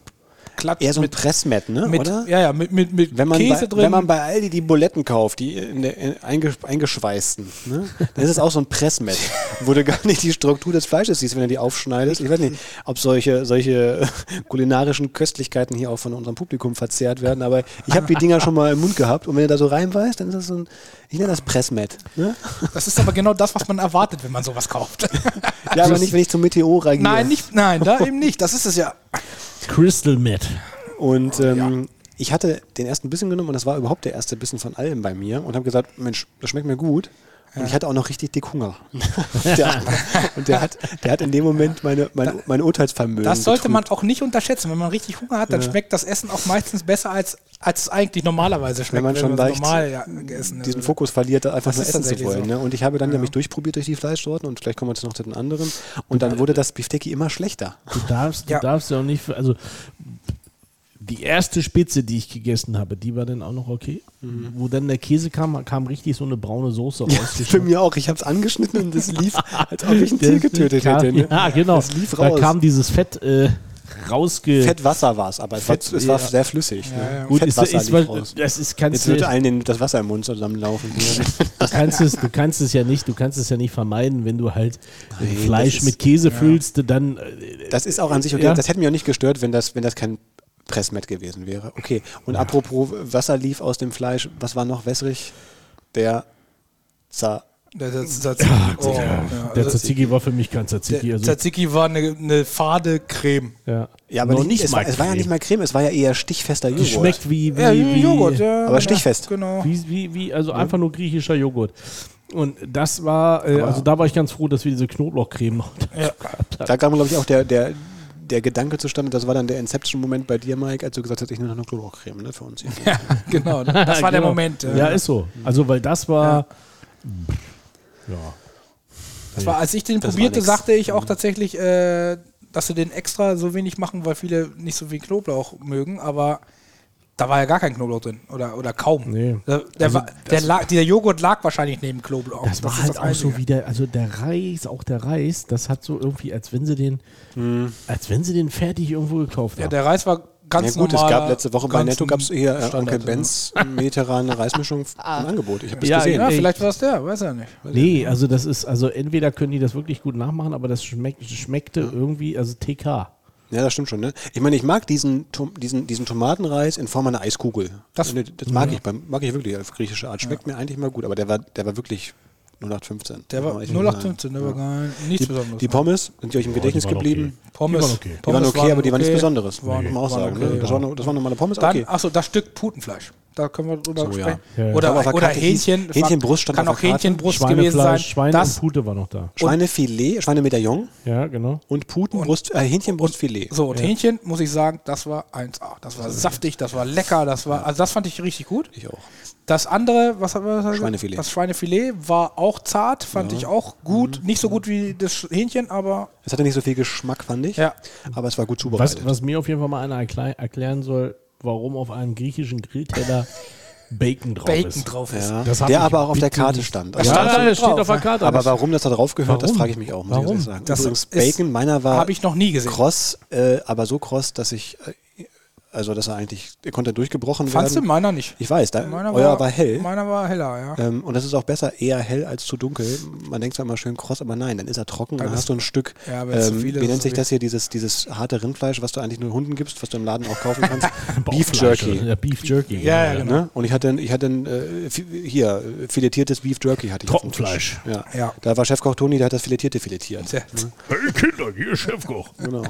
Speaker 4: zusammengeklatscht.
Speaker 3: Eher so ein
Speaker 4: mit,
Speaker 3: Pressmet, ne?
Speaker 4: mit,
Speaker 3: oder?
Speaker 4: Ja, ja, mit, mit, mit
Speaker 3: Wenn man,
Speaker 4: Käse
Speaker 3: bei,
Speaker 4: drin.
Speaker 3: wenn man bei Aldi die Buletten kauft, die in der, in, einge, eingeschweißten, ne? dann ist es auch so ein Pressmet, wo du gar nicht die Struktur des Fleisches siehst, wenn du die aufschneidest. Ich weiß nicht, ob solche, solche äh, kulinarischen Köstlichkeiten hier auch von unserem Publikum verzehrt werden, aber ich habe die Dinger schon mal im Mund gehabt und wenn du da so reinbeißt, dann ist das so ein, ich nenne das Pressmet. Ne?
Speaker 4: das ist aber genau das, was man erwartet, wenn man sowas kauft.
Speaker 3: Ja, aber nicht, wenn ich zum Meteora gehe.
Speaker 4: nein, nicht, nein, da eben nicht. Das ist es ja.
Speaker 5: Crystal Met.
Speaker 3: Und ähm, ich hatte den ersten Bissen genommen und das war überhaupt der erste Bissen von allem bei mir und habe gesagt, Mensch, das schmeckt mir gut. Und ich hatte auch noch richtig dick Hunger. der, und der hat, der hat in dem Moment meine, mein, mein Urteilsvermögen.
Speaker 4: Das sollte
Speaker 3: getrübt.
Speaker 4: man auch nicht unterschätzen. Wenn man richtig Hunger hat, dann schmeckt das Essen auch meistens besser, als, als es eigentlich normalerweise schmeckt,
Speaker 3: Wenn man schon
Speaker 4: man's
Speaker 3: leicht
Speaker 4: normal ja, gegessen
Speaker 3: diesen
Speaker 4: hätte.
Speaker 3: Fokus verliert, da einfach
Speaker 4: Das
Speaker 3: nur
Speaker 4: ist
Speaker 3: essen zu
Speaker 4: tatsächlich
Speaker 3: wollen.
Speaker 4: so.
Speaker 3: Ne? Und ich habe dann nämlich durchprobiert durch die Fleischsorten und vielleicht kommen wir jetzt noch zu den anderen. Und dann wurde das Beefsteaky immer schlechter.
Speaker 5: Du darfst, du
Speaker 4: Ja.
Speaker 5: darfst ja auch nicht, für- also die erste Spitze, die ich gegessen habe, die war dann auch noch okay.
Speaker 3: Mhm.
Speaker 5: Wo dann der Käse kam, kam richtig so eine braune Soße raus.
Speaker 3: Für mich auch. Ich habe es angeschnitten und es lief, als ob ich ein Tier getötet
Speaker 5: kam,
Speaker 3: hätte. Ne?
Speaker 5: Ja, genau.
Speaker 3: Das lief
Speaker 5: da
Speaker 3: raus.
Speaker 5: kam dieses Fett äh, rausge...
Speaker 3: Fettwasser war es, aber es,
Speaker 5: Fett-
Speaker 3: war, es war
Speaker 5: ja.
Speaker 3: sehr flüssig. ne?
Speaker 4: Ja, ja.
Speaker 5: Gut, ist,
Speaker 3: Fettwasser
Speaker 5: ist,
Speaker 3: lief
Speaker 5: weil,
Speaker 3: raus.
Speaker 5: das ist, kannst
Speaker 3: Jetzt wird
Speaker 5: du,
Speaker 3: allen den- das Wasser im Mund zusammenlaufen.
Speaker 5: du kannst es, du kannst es ja nicht, du kannst es ja nicht vermeiden, wenn du halt äh,
Speaker 3: Nein, das
Speaker 5: Fleisch
Speaker 3: ist-
Speaker 5: mit Käse füllst, dann äh,
Speaker 3: Das ist auch an sich okay.
Speaker 5: Ja.
Speaker 3: Das hätte mich auch nicht gestört, wenn das, wenn das kein Pressmet gewesen wäre. Okay. Und apropos Wasser lief aus dem Fleisch. Was war noch wässrig? Der Za.
Speaker 4: Der Tzatziki. Oh, ja.
Speaker 5: der
Speaker 4: Also,
Speaker 5: Tzatziki war für mich kein Tzatziki.
Speaker 4: der
Speaker 5: Also,
Speaker 4: Tzatziki war eine, eine fade Creme.
Speaker 5: ja.
Speaker 3: Ja, aber
Speaker 5: Noch
Speaker 3: nicht, es, war, es war ja
Speaker 5: Creme.
Speaker 3: nicht mal Creme, es war ja eher stichfester
Speaker 5: Die
Speaker 3: Joghurt.
Speaker 5: schmeckt wie, wie,
Speaker 4: Ja,
Speaker 5: wie
Speaker 4: Joghurt, ja.
Speaker 3: aber stichfest.
Speaker 4: Genau.
Speaker 5: Wie, wie, wie, also einfach nur griechischer Joghurt. Und das war, äh, also da war ich ganz froh, dass wir diese Knoblauchcreme noch gehabt haben.
Speaker 3: Da kam, glaube ich, auch der, der, der Gedanke zustande, das war dann der Inception-Moment bei dir, Mike, als du gesagt hast, ich nehme noch eine Knoblauchcreme ne, für uns hier.
Speaker 4: Genau, das war der
Speaker 5: Genau.
Speaker 4: Moment.
Speaker 5: Ja, ist so. Also, weil das war. Ja.
Speaker 4: Das war, als ich den
Speaker 3: Das war
Speaker 4: probierte,
Speaker 3: nix.
Speaker 4: sagte ich
Speaker 5: Mhm.
Speaker 4: auch tatsächlich, äh, dass sie den extra so wenig machen, weil viele nicht so viel Knoblauch mögen, aber da war ja gar kein Knoblauch drin oder, oder kaum.
Speaker 5: Nee. Also
Speaker 4: Der, der, war- der, lag, dieser Joghurt lag wahrscheinlich neben Knoblauch.
Speaker 5: Das war
Speaker 4: ist
Speaker 5: halt auch so
Speaker 4: Einzige.
Speaker 5: wie der, also der Reis, auch der Reis, das hat so irgendwie, als wenn sie den, als wenn sie den fertig irgendwo gekauft haben.
Speaker 4: Hm. Ja, der Reis war ganz
Speaker 3: ja gut, es
Speaker 4: normal.
Speaker 3: gab letzte Woche bei
Speaker 4: ganz
Speaker 3: Netto gab's hier äh, Onkel
Speaker 4: Standard,
Speaker 3: Benz mediterrane Reismischung im Angebot. Ich habe das
Speaker 5: Ja,
Speaker 3: gesehen.
Speaker 4: Ja,
Speaker 5: Ey.
Speaker 4: vielleicht war es der, weiß ja nicht.
Speaker 5: nee, also das ist, also entweder können die das wirklich gut nachmachen, aber das schmeckt, schmeckte irgendwie, also TK.
Speaker 3: Ja, das stimmt schon. Ne? Ich meine, ich mag diesen, Tom, diesen, diesen Tomatenreis in Form einer Eiskugel.
Speaker 4: Das- Mhm.
Speaker 3: Das, das mag ich beim, mag ich wirklich auf griechische Art. Schmeckt mir eigentlich mal gut, aber der war, der war wirklich 0815.
Speaker 4: Der war
Speaker 3: Muss ich
Speaker 4: 0815, der
Speaker 3: sagen.
Speaker 4: war
Speaker 3: Ja.
Speaker 4: gar nichts
Speaker 3: Die,
Speaker 4: Besonderes.
Speaker 3: die Pommes sind die euch im Gedächtnis
Speaker 5: waren
Speaker 3: geblieben.
Speaker 4: Pommes,
Speaker 5: waren okay. Die
Speaker 3: Die waren okay, aber die waren nichts Besonderes.
Speaker 4: Waren-
Speaker 3: Muss man auch
Speaker 4: waren
Speaker 3: sagen.
Speaker 4: okay,
Speaker 3: ne? das,
Speaker 4: ja.
Speaker 3: war noch, das war nochmal eine Pommes.
Speaker 4: Dann,
Speaker 3: okay.
Speaker 4: achso, das Stück Putenfleisch. Da können wir drüber
Speaker 3: So, ja.
Speaker 4: sprechen.
Speaker 5: Ja, ja.
Speaker 3: Aber auf
Speaker 4: Oder,
Speaker 3: der
Speaker 4: oder
Speaker 3: Karte
Speaker 4: Hähnchen.
Speaker 3: hieß- Hähnchenbrust stand
Speaker 4: Kann
Speaker 3: auf
Speaker 4: auch
Speaker 3: der Karte.
Speaker 4: Hähnchenbrust gewesen sein.
Speaker 5: Schweinefleisch, Schweine
Speaker 4: das,
Speaker 5: und Pute war noch da.
Speaker 3: Schweinefilet, Schweinemedaillon
Speaker 5: Ja, genau.
Speaker 3: und Putenbrust, äh, Hähnchenbrustfilet.
Speaker 4: so, und Hähnchen, muss ich sagen, das war 1A. Das war saftig, das war lecker, das war, also das fand ich richtig gut.
Speaker 3: Ich auch.
Speaker 4: Das andere, was haben wir gesagt?
Speaker 3: Schweinefilet.
Speaker 4: Das Schweinefilet war auch zart, fand ich auch
Speaker 3: Mhm.
Speaker 4: gut. Nicht so gut wie das Hähnchen, aber
Speaker 3: Es hatte nicht so viel Geschmack, fand ich.
Speaker 4: Ja.
Speaker 3: Aber es war gut zubereitet.
Speaker 5: Was, was mir auf jeden Fall mal einer erklei- erklären soll, warum auf einem griechischen Grillteller Bacon drauf
Speaker 4: Bacon
Speaker 5: ist.
Speaker 4: drauf ist.
Speaker 3: ja.
Speaker 5: Das hab
Speaker 3: Der
Speaker 5: ich
Speaker 3: aber auch auf der
Speaker 5: bitte
Speaker 3: Karte
Speaker 5: nicht.
Speaker 3: stand.
Speaker 5: Ja,
Speaker 3: Also da-
Speaker 5: das steht
Speaker 4: drauf,
Speaker 5: auf der
Speaker 4: ne?
Speaker 5: Karte.
Speaker 3: Aber warum das da drauf gehört, das
Speaker 5: Warum?
Speaker 3: frage ich mich auch, muss
Speaker 5: Warum?
Speaker 3: ich ehrlich sagen.
Speaker 4: Das
Speaker 3: Übrigens,
Speaker 4: ist-
Speaker 3: Bacon, meiner war
Speaker 4: Habe ich noch nie gesehen.
Speaker 3: kross, äh, aber so kross, dass ich äh, Also, dass er eigentlich, der konnte durchgebrochen
Speaker 4: Fandst du
Speaker 3: werden.
Speaker 4: meiner nicht?
Speaker 3: Ich weiß, da,
Speaker 4: Meiner
Speaker 3: euer war, hell.
Speaker 4: Meiner war heller, ja.
Speaker 3: Ähm, und das ist auch besser, eher hell als zu dunkel. Man denkt zwar immer schön kross, aber nein, dann ist er trocken, dann,
Speaker 4: Dann ist-
Speaker 3: hast du ein Stück.
Speaker 4: Ja, wenn es zu
Speaker 3: ähm,
Speaker 4: viel ist,
Speaker 3: wie
Speaker 4: ist
Speaker 3: nennt
Speaker 4: es
Speaker 3: sich
Speaker 4: so
Speaker 3: das hier, dieses, dieses harte Rindfleisch, was du eigentlich nur Hunden gibst, was du im Laden auch kaufen kannst? Beef
Speaker 5: Bauchfleisch,
Speaker 3: Jerky.
Speaker 5: oder? Ja, Beef Jerky.
Speaker 4: Ja, ja, genau.
Speaker 3: Ne? Und ich hatte, ich hatte ein, äh, fi- hier, äh, filetiertes Beef Jerky hatte ich. auf dem
Speaker 5: Trockenfleisch.
Speaker 3: Tisch. Ja.
Speaker 4: Ja.
Speaker 3: Da war Chefkoch Toni, der hat das Filetierte filetiert.
Speaker 4: Tja.
Speaker 5: Hey Kinder, hier ist Chefkoch.
Speaker 3: Genau.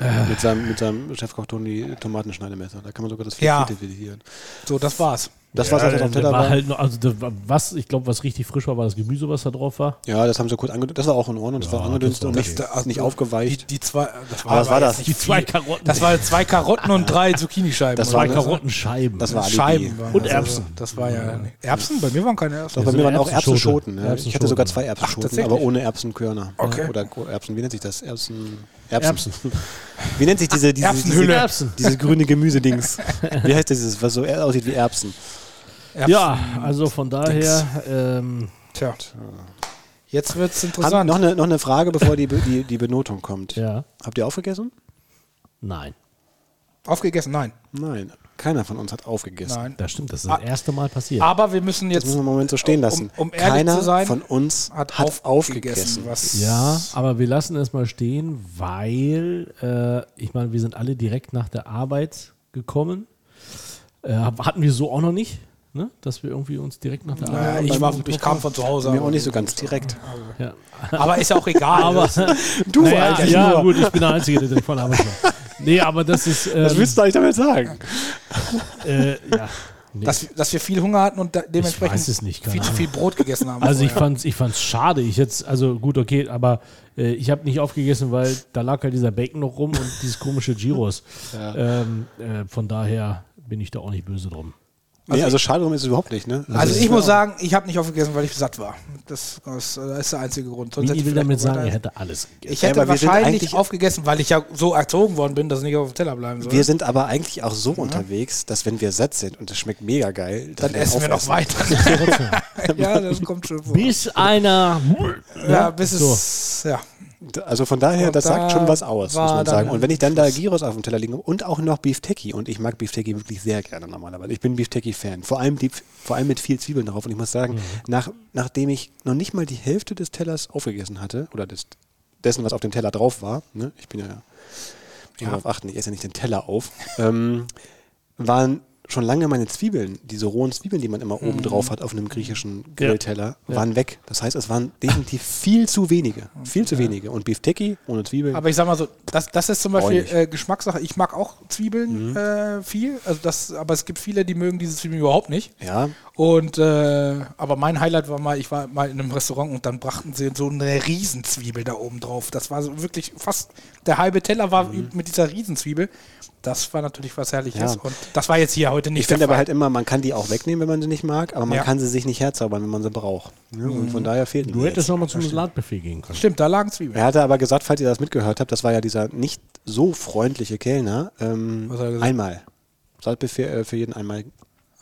Speaker 4: Äh.
Speaker 3: Mit seinem, mit seinem Chefkoch Toni Tomatenschneidemesser. Da kann man sogar das
Speaker 4: Ja.
Speaker 3: Filetierte filetieren.
Speaker 4: So, das war's.
Speaker 3: Das war's, was auf
Speaker 5: der
Speaker 3: dem Teller
Speaker 5: war
Speaker 3: war.
Speaker 5: halt noch, also der, war- was, ich glaube, was richtig frisch war, war das Gemüse, was da drauf war.
Speaker 3: ja, das haben sie kurz angedünstet. Das war auch in Ordnung. Das war angedünstet
Speaker 5: war
Speaker 3: und nicht,
Speaker 4: Das- das-
Speaker 3: nicht
Speaker 4: Die,
Speaker 3: aufgeweicht.
Speaker 4: die zwei, äh, das
Speaker 3: Aber was war
Speaker 4: jetzt
Speaker 3: das?
Speaker 4: nicht
Speaker 5: Die zwei
Speaker 4: viel.
Speaker 5: Karotten.
Speaker 4: Das waren zwei Karotten und drei Zucchini-Scheiben.
Speaker 3: Das
Speaker 4: oder
Speaker 3: war
Speaker 5: Zwei
Speaker 3: ne?
Speaker 5: Karottenscheiben.
Speaker 3: Das war
Speaker 4: so.
Speaker 3: Alibi.
Speaker 4: Scheiben. waren Also
Speaker 5: Und
Speaker 4: das.
Speaker 5: Erbsen.
Speaker 4: Also, Das war ja. Erbsen? Bei mir waren keine Erbsen.
Speaker 3: Doch, bei
Speaker 5: so
Speaker 3: mir waren
Speaker 5: eine
Speaker 3: auch
Speaker 5: Erbsenschote.
Speaker 3: Erbsenschoten. Ja. Ich hatte
Speaker 5: Erbsenschoten.
Speaker 3: sogar zwei Erbsenschoten,
Speaker 4: tatsächlich?
Speaker 3: aber ohne Erbsenkörner.
Speaker 4: Okay.
Speaker 3: Oder Ko- Erbsen, wie nennt sich das? Erbsen. Erbsen. Wie nennt sich diese, diese,
Speaker 4: Erbsenhülle.
Speaker 3: diese, dieses grüne Gemüsedings? Wie heißt das, dieses, was so aussieht wie Erbsen?
Speaker 4: Erbsen.
Speaker 5: Ja, also von daher, ähm,
Speaker 4: Tja. Jetzt wird's
Speaker 3: Haben,
Speaker 4: interessant.
Speaker 3: noch, eine, noch eine Frage, bevor die, Be- die, die Benotung kommt.
Speaker 5: ja,
Speaker 3: Habt ihr aufgegessen?
Speaker 5: nein.
Speaker 4: Aufgegessen? Nein.
Speaker 3: Nein, keiner von uns hat aufgegessen.
Speaker 4: Nein.
Speaker 5: Das stimmt, das ist das
Speaker 4: Ah.
Speaker 5: erste Mal passiert.
Speaker 4: Aber wir müssen
Speaker 3: Das
Speaker 4: jetzt.
Speaker 3: müssen wir im Moment so stehen lassen.
Speaker 4: Um- um ehrlich
Speaker 3: keiner
Speaker 4: zu sein,
Speaker 3: von uns hat, aufgegessen.
Speaker 4: Was
Speaker 5: Ja, aber wir lassen es mal stehen, weil äh, ich meine, wir sind alle direkt nach der Arbeit gekommen. Äh, hatten wir so auch noch nicht, ne? dass wir irgendwie uns direkt nach der
Speaker 4: Naja,
Speaker 5: Arbeit.
Speaker 4: ich, war, ich kam von zu Hause.
Speaker 3: Mir auch
Speaker 4: aber-
Speaker 3: nicht so ganz direkt.
Speaker 5: Ja.
Speaker 4: Aber ist ja auch egal.
Speaker 5: Aber
Speaker 3: Du
Speaker 5: naja, ja, gut, ich bin der Einzige, der direkt von der Arbeit war. Nee, aber das ist. Ähm,
Speaker 3: Was willst du eigentlich damit sagen?
Speaker 5: äh, ja. Nee.
Speaker 4: dass, dass wir viel Hunger hatten und da, dementsprechend
Speaker 5: weiß es nicht, keine
Speaker 4: viel zu
Speaker 5: Ahnung.
Speaker 4: viel Brot gegessen haben.
Speaker 5: Also ich
Speaker 4: vorher.
Speaker 5: fand's, ich fand's schade. Ich jetzt, also gut, okay, aber äh, ich habe nicht aufgegessen, weil da lag halt dieser Bacon noch rum und dieses komische Gyros. ähm, äh, von daher bin ich da auch nicht böse drum.
Speaker 3: nee, also schade drum ist es überhaupt nicht. Ne?
Speaker 4: Also ich muss
Speaker 3: sagen.
Speaker 4: sagen, ich habe nicht aufgegessen, weil ich satt war. Das, das ist der einzige Grund. Sonst hätte
Speaker 5: Ich will
Speaker 4: vielleicht noch
Speaker 5: damit sagen,
Speaker 4: weiter-
Speaker 5: er hätte alles gegessen.
Speaker 4: ich hätte
Speaker 3: Ja, aber wir sind
Speaker 4: wahrscheinlich
Speaker 3: eigentlich-
Speaker 4: aufgegessen, weil ich ja so erzogen worden bin, dass es nicht auf dem Teller bleiben soll.
Speaker 3: Wir sind aber eigentlich auch so unterwegs, dass wenn wir satt sind und es schmeckt mega geil,
Speaker 4: dann essen wir noch weiter. ja, das kommt schon vor.
Speaker 5: Bis einer.
Speaker 4: Ja, bis es. Ja.
Speaker 3: weiter. Also von daher,
Speaker 4: Und
Speaker 3: das
Speaker 4: da
Speaker 3: sagt schon was aus, muss
Speaker 4: war
Speaker 3: man
Speaker 4: dann
Speaker 3: sagen. Und wenn ich dann da
Speaker 4: Schluss.
Speaker 3: Gyros auf dem Teller liegen habe und auch noch Beef Techie und ich mag Beef Techie wirklich sehr gerne normalerweise. Ich bin Beef Techie Fan, vor allem die, vor allem mit viel Zwiebeln drauf und ich muss
Speaker 4: Mhm.
Speaker 3: sagen, nach, nachdem ich noch nicht mal die Hälfte des Tellers aufgegessen hatte oder des, dessen, was auf dem Teller drauf war, ne? ich bin ja Ich muss darauf achten, ich esse ja nicht den Teller auf. Ähm, waren schon lange meine Zwiebeln, diese rohen Zwiebeln, die man immer oben
Speaker 4: Mhm.
Speaker 3: drauf hat auf einem griechischen Grillteller, waren weg. Das heißt, es waren definitiv viel zu wenige. Viel zu wenige. Und Beefsteaky ohne Zwiebeln.
Speaker 4: Aber ich sag mal so, das, das ist zum Beispiel
Speaker 3: Bräunlich.
Speaker 4: äh, Geschmackssache. Ich mag auch Zwiebeln
Speaker 3: Mhm.
Speaker 4: äh, viel, also das, aber es gibt viele, die mögen diese Zwiebeln überhaupt nicht.
Speaker 3: ja,
Speaker 4: Und äh, aber mein Highlight war mal, ich war mal in einem Restaurant und dann brachten sie so eine Riesenzwiebel da oben drauf. Das war so wirklich fast der halbe Teller war mit dieser Riesenzwiebel. Das war natürlich was Herrliches.
Speaker 3: Mhm. Ja.
Speaker 4: Und das war jetzt hier heute nicht.
Speaker 3: ich finde
Speaker 4: der
Speaker 3: aber
Speaker 4: Fall.
Speaker 3: halt immer, man kann die auch wegnehmen, wenn man sie nicht mag, aber man
Speaker 4: Ja. Mhm.
Speaker 3: kann sie sich nicht herzaubern, wenn man sie braucht. Ja, Und von daher fehlt
Speaker 5: Du hättest nochmal zum Salatbuffet gehen können.
Speaker 4: Stimmt, da lagen Zwiebeln.
Speaker 3: Er hatte aber gesagt, falls ihr das mitgehört habt, das war ja dieser nicht so freundliche Kellner. Ähm,
Speaker 4: Was hat er gesagt?
Speaker 3: einmal. Saltbefehl äh, für jeden einmal.
Speaker 4: Hat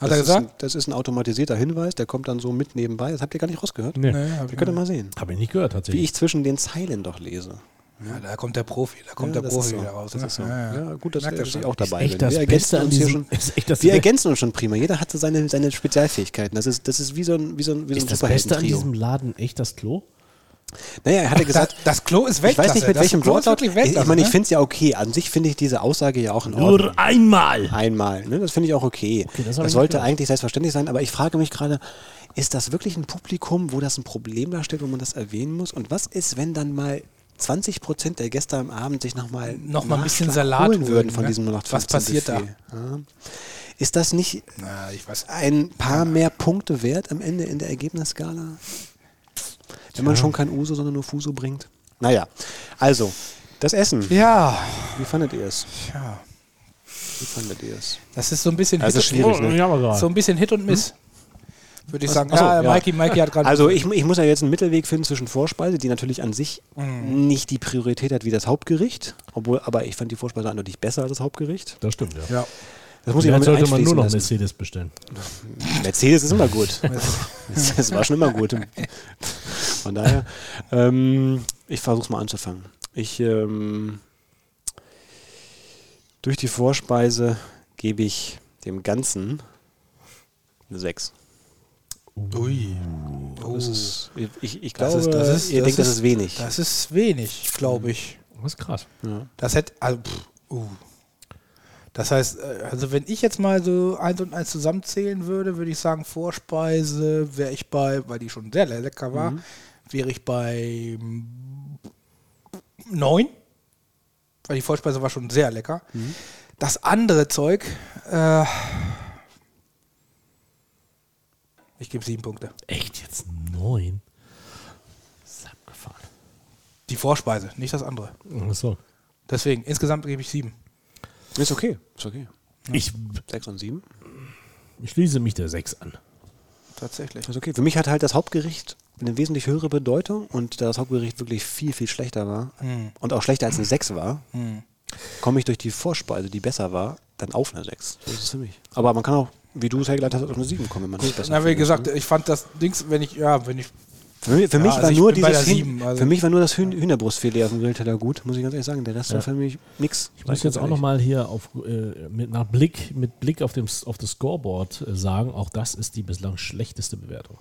Speaker 3: das
Speaker 4: er
Speaker 3: ist
Speaker 4: gesagt?
Speaker 3: Ein, das ist ein automatisierter Hinweis, der kommt dann so mit nebenbei. Das habt ihr gar nicht rausgehört.
Speaker 5: Nee.
Speaker 4: Nee, hab
Speaker 3: Ihr
Speaker 4: ich
Speaker 3: könnt ihr
Speaker 4: nicht.
Speaker 3: mal sehen,
Speaker 5: Habe ich nicht gehört,
Speaker 3: wie
Speaker 5: tatsächlich.
Speaker 3: ich zwischen den Zeilen doch lese.
Speaker 4: ja, da kommt der Profi, da kommt
Speaker 3: Ja,
Speaker 4: der
Speaker 3: das ist
Speaker 4: Profi
Speaker 3: so.
Speaker 4: wieder raus.
Speaker 3: Das
Speaker 4: ne?
Speaker 3: ist so.
Speaker 4: Ja, ja.
Speaker 3: Ja, gut, dass
Speaker 4: Merkt
Speaker 3: wir-
Speaker 4: das
Speaker 3: dass ich
Speaker 4: schon.
Speaker 3: auch dabei
Speaker 5: echt
Speaker 3: bin.
Speaker 5: das
Speaker 3: wir
Speaker 5: Beste
Speaker 3: ergänzen
Speaker 5: an
Speaker 3: uns hier
Speaker 5: diesem,
Speaker 3: schon.
Speaker 5: ist echt das,
Speaker 3: Wir
Speaker 5: Be-
Speaker 3: ergänzen uns schon prima. Jeder hat so seine, seine Spezialfähigkeiten. Das ist, das ist wie so ein, wie so ein, wie so ein
Speaker 5: ist das Beste an
Speaker 3: Superhelden-Trio.
Speaker 5: diesem Laden echt das Klo?
Speaker 3: Naja, er hatte gesagt,
Speaker 4: das, das Klo ist
Speaker 3: ich
Speaker 4: Weltklasse.
Speaker 3: weiß nicht mit
Speaker 4: das
Speaker 3: welchem
Speaker 4: Klo ist
Speaker 3: Wortlaut.
Speaker 4: wirklich
Speaker 3: Ich, ich
Speaker 4: Weltklasse,
Speaker 3: meine, ich
Speaker 4: ne?
Speaker 3: finde es ja okay. An sich finde ich diese Aussage ja auch in Ordnung.
Speaker 5: einmal!
Speaker 3: Einmal, ne? das finde ich auch okay.
Speaker 5: Okay, das
Speaker 3: das
Speaker 5: habe ich
Speaker 3: sollte
Speaker 5: nicht
Speaker 3: eigentlich selbstverständlich sein, aber ich frage mich gerade, ist das wirklich ein Publikum, wo das ein Problem darstellt, wo man das erwähnen muss? Und was ist, wenn dann mal 20 Prozent der Gäste am Abend sich nochmal
Speaker 4: Noch mal ein bisschen Salat
Speaker 3: holen
Speaker 4: holen,
Speaker 3: würden von
Speaker 4: ne?
Speaker 3: diesem
Speaker 4: Was
Speaker 3: 0815
Speaker 4: passiert da?
Speaker 3: Buffet? Ja. Ist das nicht
Speaker 4: Na, ich weiß.
Speaker 3: ein paar mehr Punkte wert am Ende in der Ergebnisskala? Wenn man schon kein Uso, sondern nur Fuso bringt? Naja, also, das Essen.
Speaker 4: Ja,
Speaker 3: Wie fandet ihr es?
Speaker 4: tja.
Speaker 3: Wie fandet ihr es?
Speaker 4: Das ist so ein bisschen
Speaker 3: Das ist
Speaker 4: Hit und-
Speaker 3: schwierig, ne?
Speaker 5: Ja, aber gerade.
Speaker 4: So ein bisschen Hit und Miss. Würde ich sagen.
Speaker 3: Ach so,
Speaker 4: ja,
Speaker 3: ja.
Speaker 4: Mikey, Mikey hat gerade.
Speaker 3: Also ich, mu- ich muss ja jetzt einen Mittelweg finden zwischen Vorspeise, die natürlich an sich
Speaker 4: Mhm.
Speaker 3: nicht die Priorität hat wie das Hauptgericht, obwohl, aber ich fand die Vorspeise eindeutig besser als das Hauptgericht.
Speaker 5: Das stimmt, ja.
Speaker 4: ja.
Speaker 3: Das muss ich
Speaker 5: Vielleicht
Speaker 3: mal mit
Speaker 5: sollte man nur
Speaker 3: einfließen
Speaker 5: noch
Speaker 3: lassen.
Speaker 5: Mercedes bestellen.
Speaker 3: Mercedes ist immer gut. das war schon immer gut. Von daher, ähm, ich versuche es mal anzufangen. Ich ähm, Durch die Vorspeise gebe ich dem Ganzen eine 6.
Speaker 4: Ui.
Speaker 3: Das ist, ich ich
Speaker 4: Uh. Das
Speaker 3: glaube,
Speaker 4: ist- das ist-
Speaker 3: ihr
Speaker 4: das
Speaker 3: denkt, das
Speaker 4: ist-
Speaker 3: ist wenig.
Speaker 4: Das ist wenig, glaube ich.
Speaker 5: Das ist krass.
Speaker 4: Das hätte. Also, pff, uh. Das heißt, äh, also wenn ich jetzt mal so eins und eins zusammenzählen würde, würde ich sagen, Vorspeise wäre ich bei, weil die schon sehr le- lecker war, wäre ich bei mm, neun. Weil die Vorspeise war schon sehr lecker. Das andere Zeug, äh, ich gebe sieben Punkte.
Speaker 5: Echt jetzt neun? Das ist abgefahren.
Speaker 4: Die Vorspeise, nicht das andere.
Speaker 5: Achso.
Speaker 4: Deswegen, insgesamt gebe ich sieben.
Speaker 3: Ist okay. Ist okay.
Speaker 5: Ich
Speaker 3: 6 und 7.
Speaker 5: schließe mich der 6 an.
Speaker 4: Tatsächlich.
Speaker 3: Ist okay. Für mich hat halt das Hauptgericht eine wesentlich höhere Bedeutung und da das Hauptgericht wirklich viel, viel schlechter war
Speaker 4: Hm.
Speaker 3: und auch schlechter als eine 6 war, komme ich durch die Vorspeise, die besser war, dann auf eine 6. Das ist für mich. Aber man kann auch, wie du es hergeleitet hast, auf eine 7 kommen, wenn man es besser
Speaker 4: Na, wie
Speaker 3: findet,
Speaker 4: gesagt,
Speaker 3: ne?
Speaker 4: ich fand das Dings, wenn ich, ja, wenn ich,
Speaker 3: Für, mi- für,
Speaker 4: Ja,
Speaker 3: mich,
Speaker 4: also
Speaker 3: war
Speaker 4: ich
Speaker 3: nur
Speaker 4: bin bei
Speaker 3: dieses
Speaker 4: der
Speaker 3: Hühn-
Speaker 4: sieben, also-
Speaker 3: für mich war nur das Hühn Hühnerbrustfilet auf dem Grillteller gut, muss ich ganz ehrlich sagen. Der Rest war für mich nix.
Speaker 5: Ich muss jetzt auch nochmal hier auf, äh, mit, nach Blick, mit Blick auf, dem, S- auf das Scoreboard äh, sagen, auch das ist die bislang schlechteste Bewertung.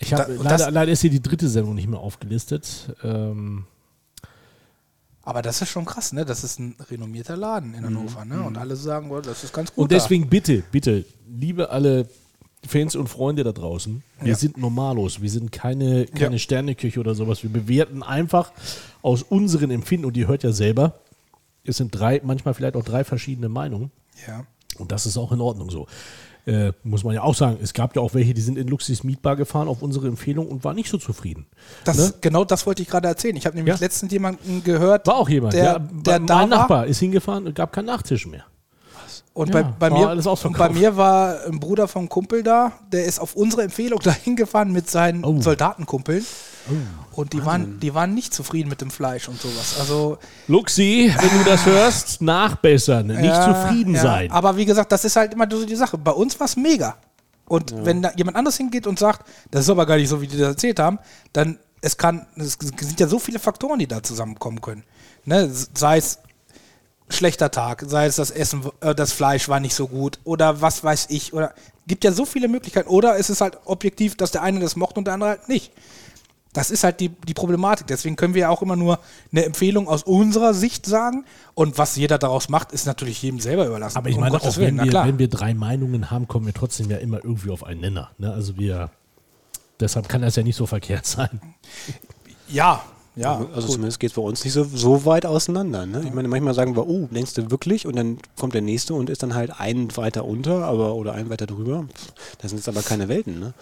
Speaker 5: Ich hab,
Speaker 4: Da- und
Speaker 5: leider,
Speaker 4: das-
Speaker 5: leider ist hier die dritte Sendung nicht mehr aufgelistet. Ähm,
Speaker 4: aber das ist schon krass, ne? Das ist ein renommierter Laden in Hannover, ne? Und alle sagen, boah, das ist ganz gut.
Speaker 5: und deswegen bitte, bitte, liebe alle Fans und Freunde da draußen, wir
Speaker 4: Ja.
Speaker 5: sind normalos, wir sind keine, keine
Speaker 4: Ja.
Speaker 5: Sterneküche oder sowas. Wir bewerten einfach aus unseren Empfinden, und ihr hört ja selber, es sind drei, manchmal vielleicht auch drei verschiedene Meinungen.
Speaker 4: Da. Ja.
Speaker 5: Und das ist auch in Ordnung so. Äh, muss man ja auch sagen, es gab ja auch welche, die sind in Luxis Mietbar gefahren auf unsere Empfehlung und waren nicht so zufrieden.
Speaker 4: Das,
Speaker 5: Ne?
Speaker 4: Genau das wollte ich gerade erzählen. Ich habe nämlich
Speaker 5: Ja.
Speaker 4: letztens jemanden gehört,
Speaker 5: War auch jemand,
Speaker 4: der,
Speaker 5: ja,
Speaker 4: der
Speaker 5: mein
Speaker 4: da
Speaker 5: Nachbar ist hingefahren und gab keinen Nachtisch mehr.
Speaker 4: Und
Speaker 5: Ja,
Speaker 4: bei, bei,
Speaker 5: war
Speaker 4: mir,
Speaker 5: alles
Speaker 4: und
Speaker 5: ausverkauft.
Speaker 4: bei mir war ein Bruder vom Kumpel da, der ist auf unsere Empfehlung dahin gefahren mit seinen
Speaker 5: Oh.
Speaker 4: Soldatenkumpeln. Und die waren, die waren nicht zufrieden mit dem Fleisch und sowas. Also
Speaker 5: Luxi, wenn du das hörst, nachbessern, nicht
Speaker 4: Ja,
Speaker 5: zufrieden
Speaker 4: ja.
Speaker 5: sein.
Speaker 4: Aber wie gesagt, das ist halt immer so die Sache. Bei uns war es mega. Und wenn da jemand anderes hingeht und sagt, das ist aber gar nicht so, wie die das erzählt haben, dann es kann, es sind ja so viele Faktoren, die da zusammenkommen können. Ne? Sei es schlechter Tag, sei es das Essen, äh, das Fleisch war nicht so gut oder was weiß ich oder gibt ja so viele Möglichkeiten. Oder es ist halt objektiv, dass der eine das mochte und der andere halt nicht. Das ist halt die, die Problematik. Deswegen können wir ja auch immer nur eine Empfehlung aus unserer Sicht sagen. Und was jeder daraus macht, ist natürlich jedem selber überlassen.
Speaker 5: Aber ich
Speaker 4: Um
Speaker 5: meine,
Speaker 4: Gottes
Speaker 5: auch wenn
Speaker 4: na
Speaker 5: wir,
Speaker 4: klar.
Speaker 5: wenn wir drei Meinungen haben, kommen wir trotzdem ja immer irgendwie auf einen Nenner. Ne? Also wir, deshalb kann das ja nicht so verkehrt sein.
Speaker 4: ja, ja.
Speaker 3: Also zumindest geht es bei uns nicht so, so weit auseinander. Ne? Ich meine, manchmal sagen wir, oh, denkst du wirklich? Und dann kommt der nächste und ist dann halt einen weiter unter aber, oder einen weiter drüber. Pff, Das sind jetzt aber keine Welten ne?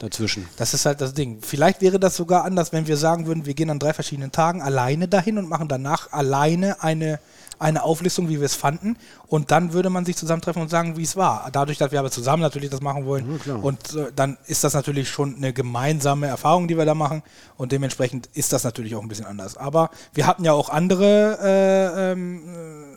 Speaker 3: dazwischen.
Speaker 4: Das ist halt das Ding. Vielleicht wäre das sogar anders, wenn wir sagen würden, wir gehen an drei verschiedenen Tagen alleine dahin und machen danach alleine eine, eine Auflistung, wie wir es fanden. Und dann würde man sich zusammentreffen und sagen, wie es war. Dadurch, dass wir aber zusammen natürlich das machen wollen. und äh, dann ist das natürlich schon eine gemeinsame Erfahrung, die wir da machen. Und dementsprechend ist das natürlich auch ein bisschen anders. Aber wir hatten ja auch andere äh, ähm,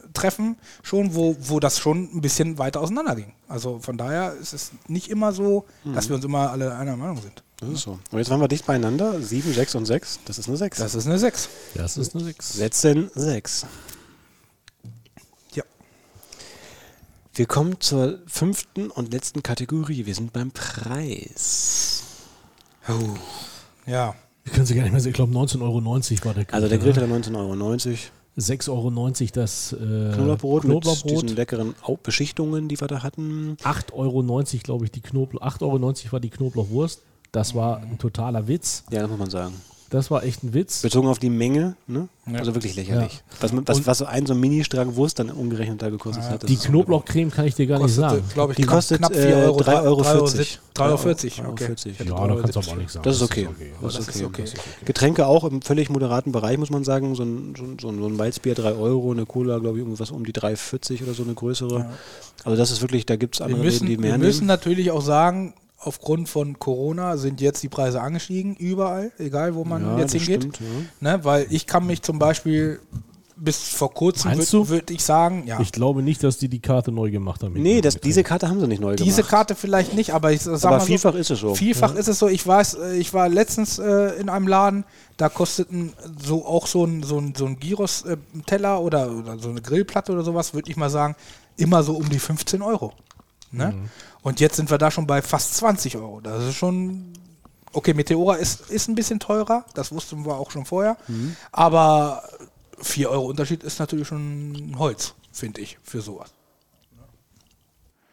Speaker 4: äh, Treffen schon, wo, wo das schon ein bisschen weiter auseinander ging. Also von daher ist es nicht immer so, dass wir uns immer alle einer Meinung sind.
Speaker 3: Das ist so. Und jetzt waren wir dicht beieinander. 7, 6 und 6. Das ist eine 6.
Speaker 4: Das ist eine 6.
Speaker 5: Das ist eine 6.
Speaker 3: 16, 6.
Speaker 4: Ja.
Speaker 3: Wir kommen zur fünften und letzten Kategorie. Wir sind beim Preis.
Speaker 4: Ja.
Speaker 5: Ich kann sie gar nicht mehr sehen. Ich glaube, 19,90 Euro war der Grill.
Speaker 3: Also der
Speaker 5: ne?
Speaker 3: Grill hat 19,90 Euro.
Speaker 5: 6,90 Euro das äh,
Speaker 3: Knoblauchbrot, mit
Speaker 5: Knoblauchbrot.
Speaker 3: diesen leckeren Au- Beschichtungen, die wir da hatten.
Speaker 5: 8,90 Euro, glaube ich, die Knoblauch. 8,90 Euro war die Knoblauchwurst. Das war ein totaler Witz.
Speaker 3: Ja, das muss man sagen.
Speaker 5: Das war echt ein Witz.
Speaker 3: Bezogen auf die Menge, ne? Also wirklich lächerlich. Was, man- was, was so ein so ein Mini-Strang Wurst dann umgerechnet da gekostet hat. das
Speaker 5: Die
Speaker 3: ist-
Speaker 5: Knoblauchcreme kann ich dir gar nicht sagen.
Speaker 4: glaube ich,
Speaker 3: Die
Speaker 4: knapp-
Speaker 3: kostet,
Speaker 4: knapp
Speaker 3: äh,
Speaker 4: 4 Euro.
Speaker 3: 3,40 Euro.
Speaker 4: 3,40 Euro. Okay.
Speaker 3: 3,40 Euro.
Speaker 5: Ja, da kannst du aber auch nicht sagen.
Speaker 3: Das ist okay.
Speaker 5: Also,
Speaker 3: Das ist okay. Getränke auch im völlig moderaten Bereich, muss man sagen. So ein, so ein, so ein so ein Malzbier 3 Euro, eine Cola, glaube ich, irgendwas um die 3,40 oder so eine größere. Also das ist wirklich, da gibt es
Speaker 4: Wir
Speaker 3: andere
Speaker 4: müssen,
Speaker 3: Läden, die
Speaker 4: wir
Speaker 3: mehr
Speaker 4: müssen
Speaker 3: nehmen.
Speaker 4: natürlich auch sagen, aufgrund von Corona sind jetzt die Preise angestiegen, überall, egal wo man
Speaker 3: Ja,
Speaker 4: jetzt
Speaker 3: das
Speaker 4: hingeht.
Speaker 3: stimmt, ja.
Speaker 4: Ne, weil ich kann mich zum Beispiel bis vor kurzem
Speaker 5: Meinst
Speaker 4: würde
Speaker 5: du?
Speaker 4: würd ich sagen, ja.
Speaker 5: Ich glaube nicht, dass die die Karte neu gemacht haben.
Speaker 3: Nee, das, diese Karte haben sie nicht neu
Speaker 4: diese
Speaker 3: gemacht.
Speaker 4: Karte vielleicht nicht, aber ich sag
Speaker 3: Aber
Speaker 4: mal so,
Speaker 3: vielfach ist es so. Mhm.
Speaker 4: Vielfach ist es so, ich weiß, äh, ich war letztens äh, in einem Laden, da kosteten so auch so ein, so ein, so ein Gyros-Teller oder, oder so eine Grillplatte oder sowas, würde ich mal sagen, immer so um die 15 Euro. Ne?
Speaker 3: Mhm.
Speaker 4: Und jetzt sind wir da schon bei fast 20 Euro. Das ist schon. Okay, Meteora ist, ist ein bisschen teurer, das wussten wir auch schon vorher.
Speaker 3: Mhm.
Speaker 4: Aber 4 Euro Unterschied ist natürlich schon Holz, finde ich, für sowas.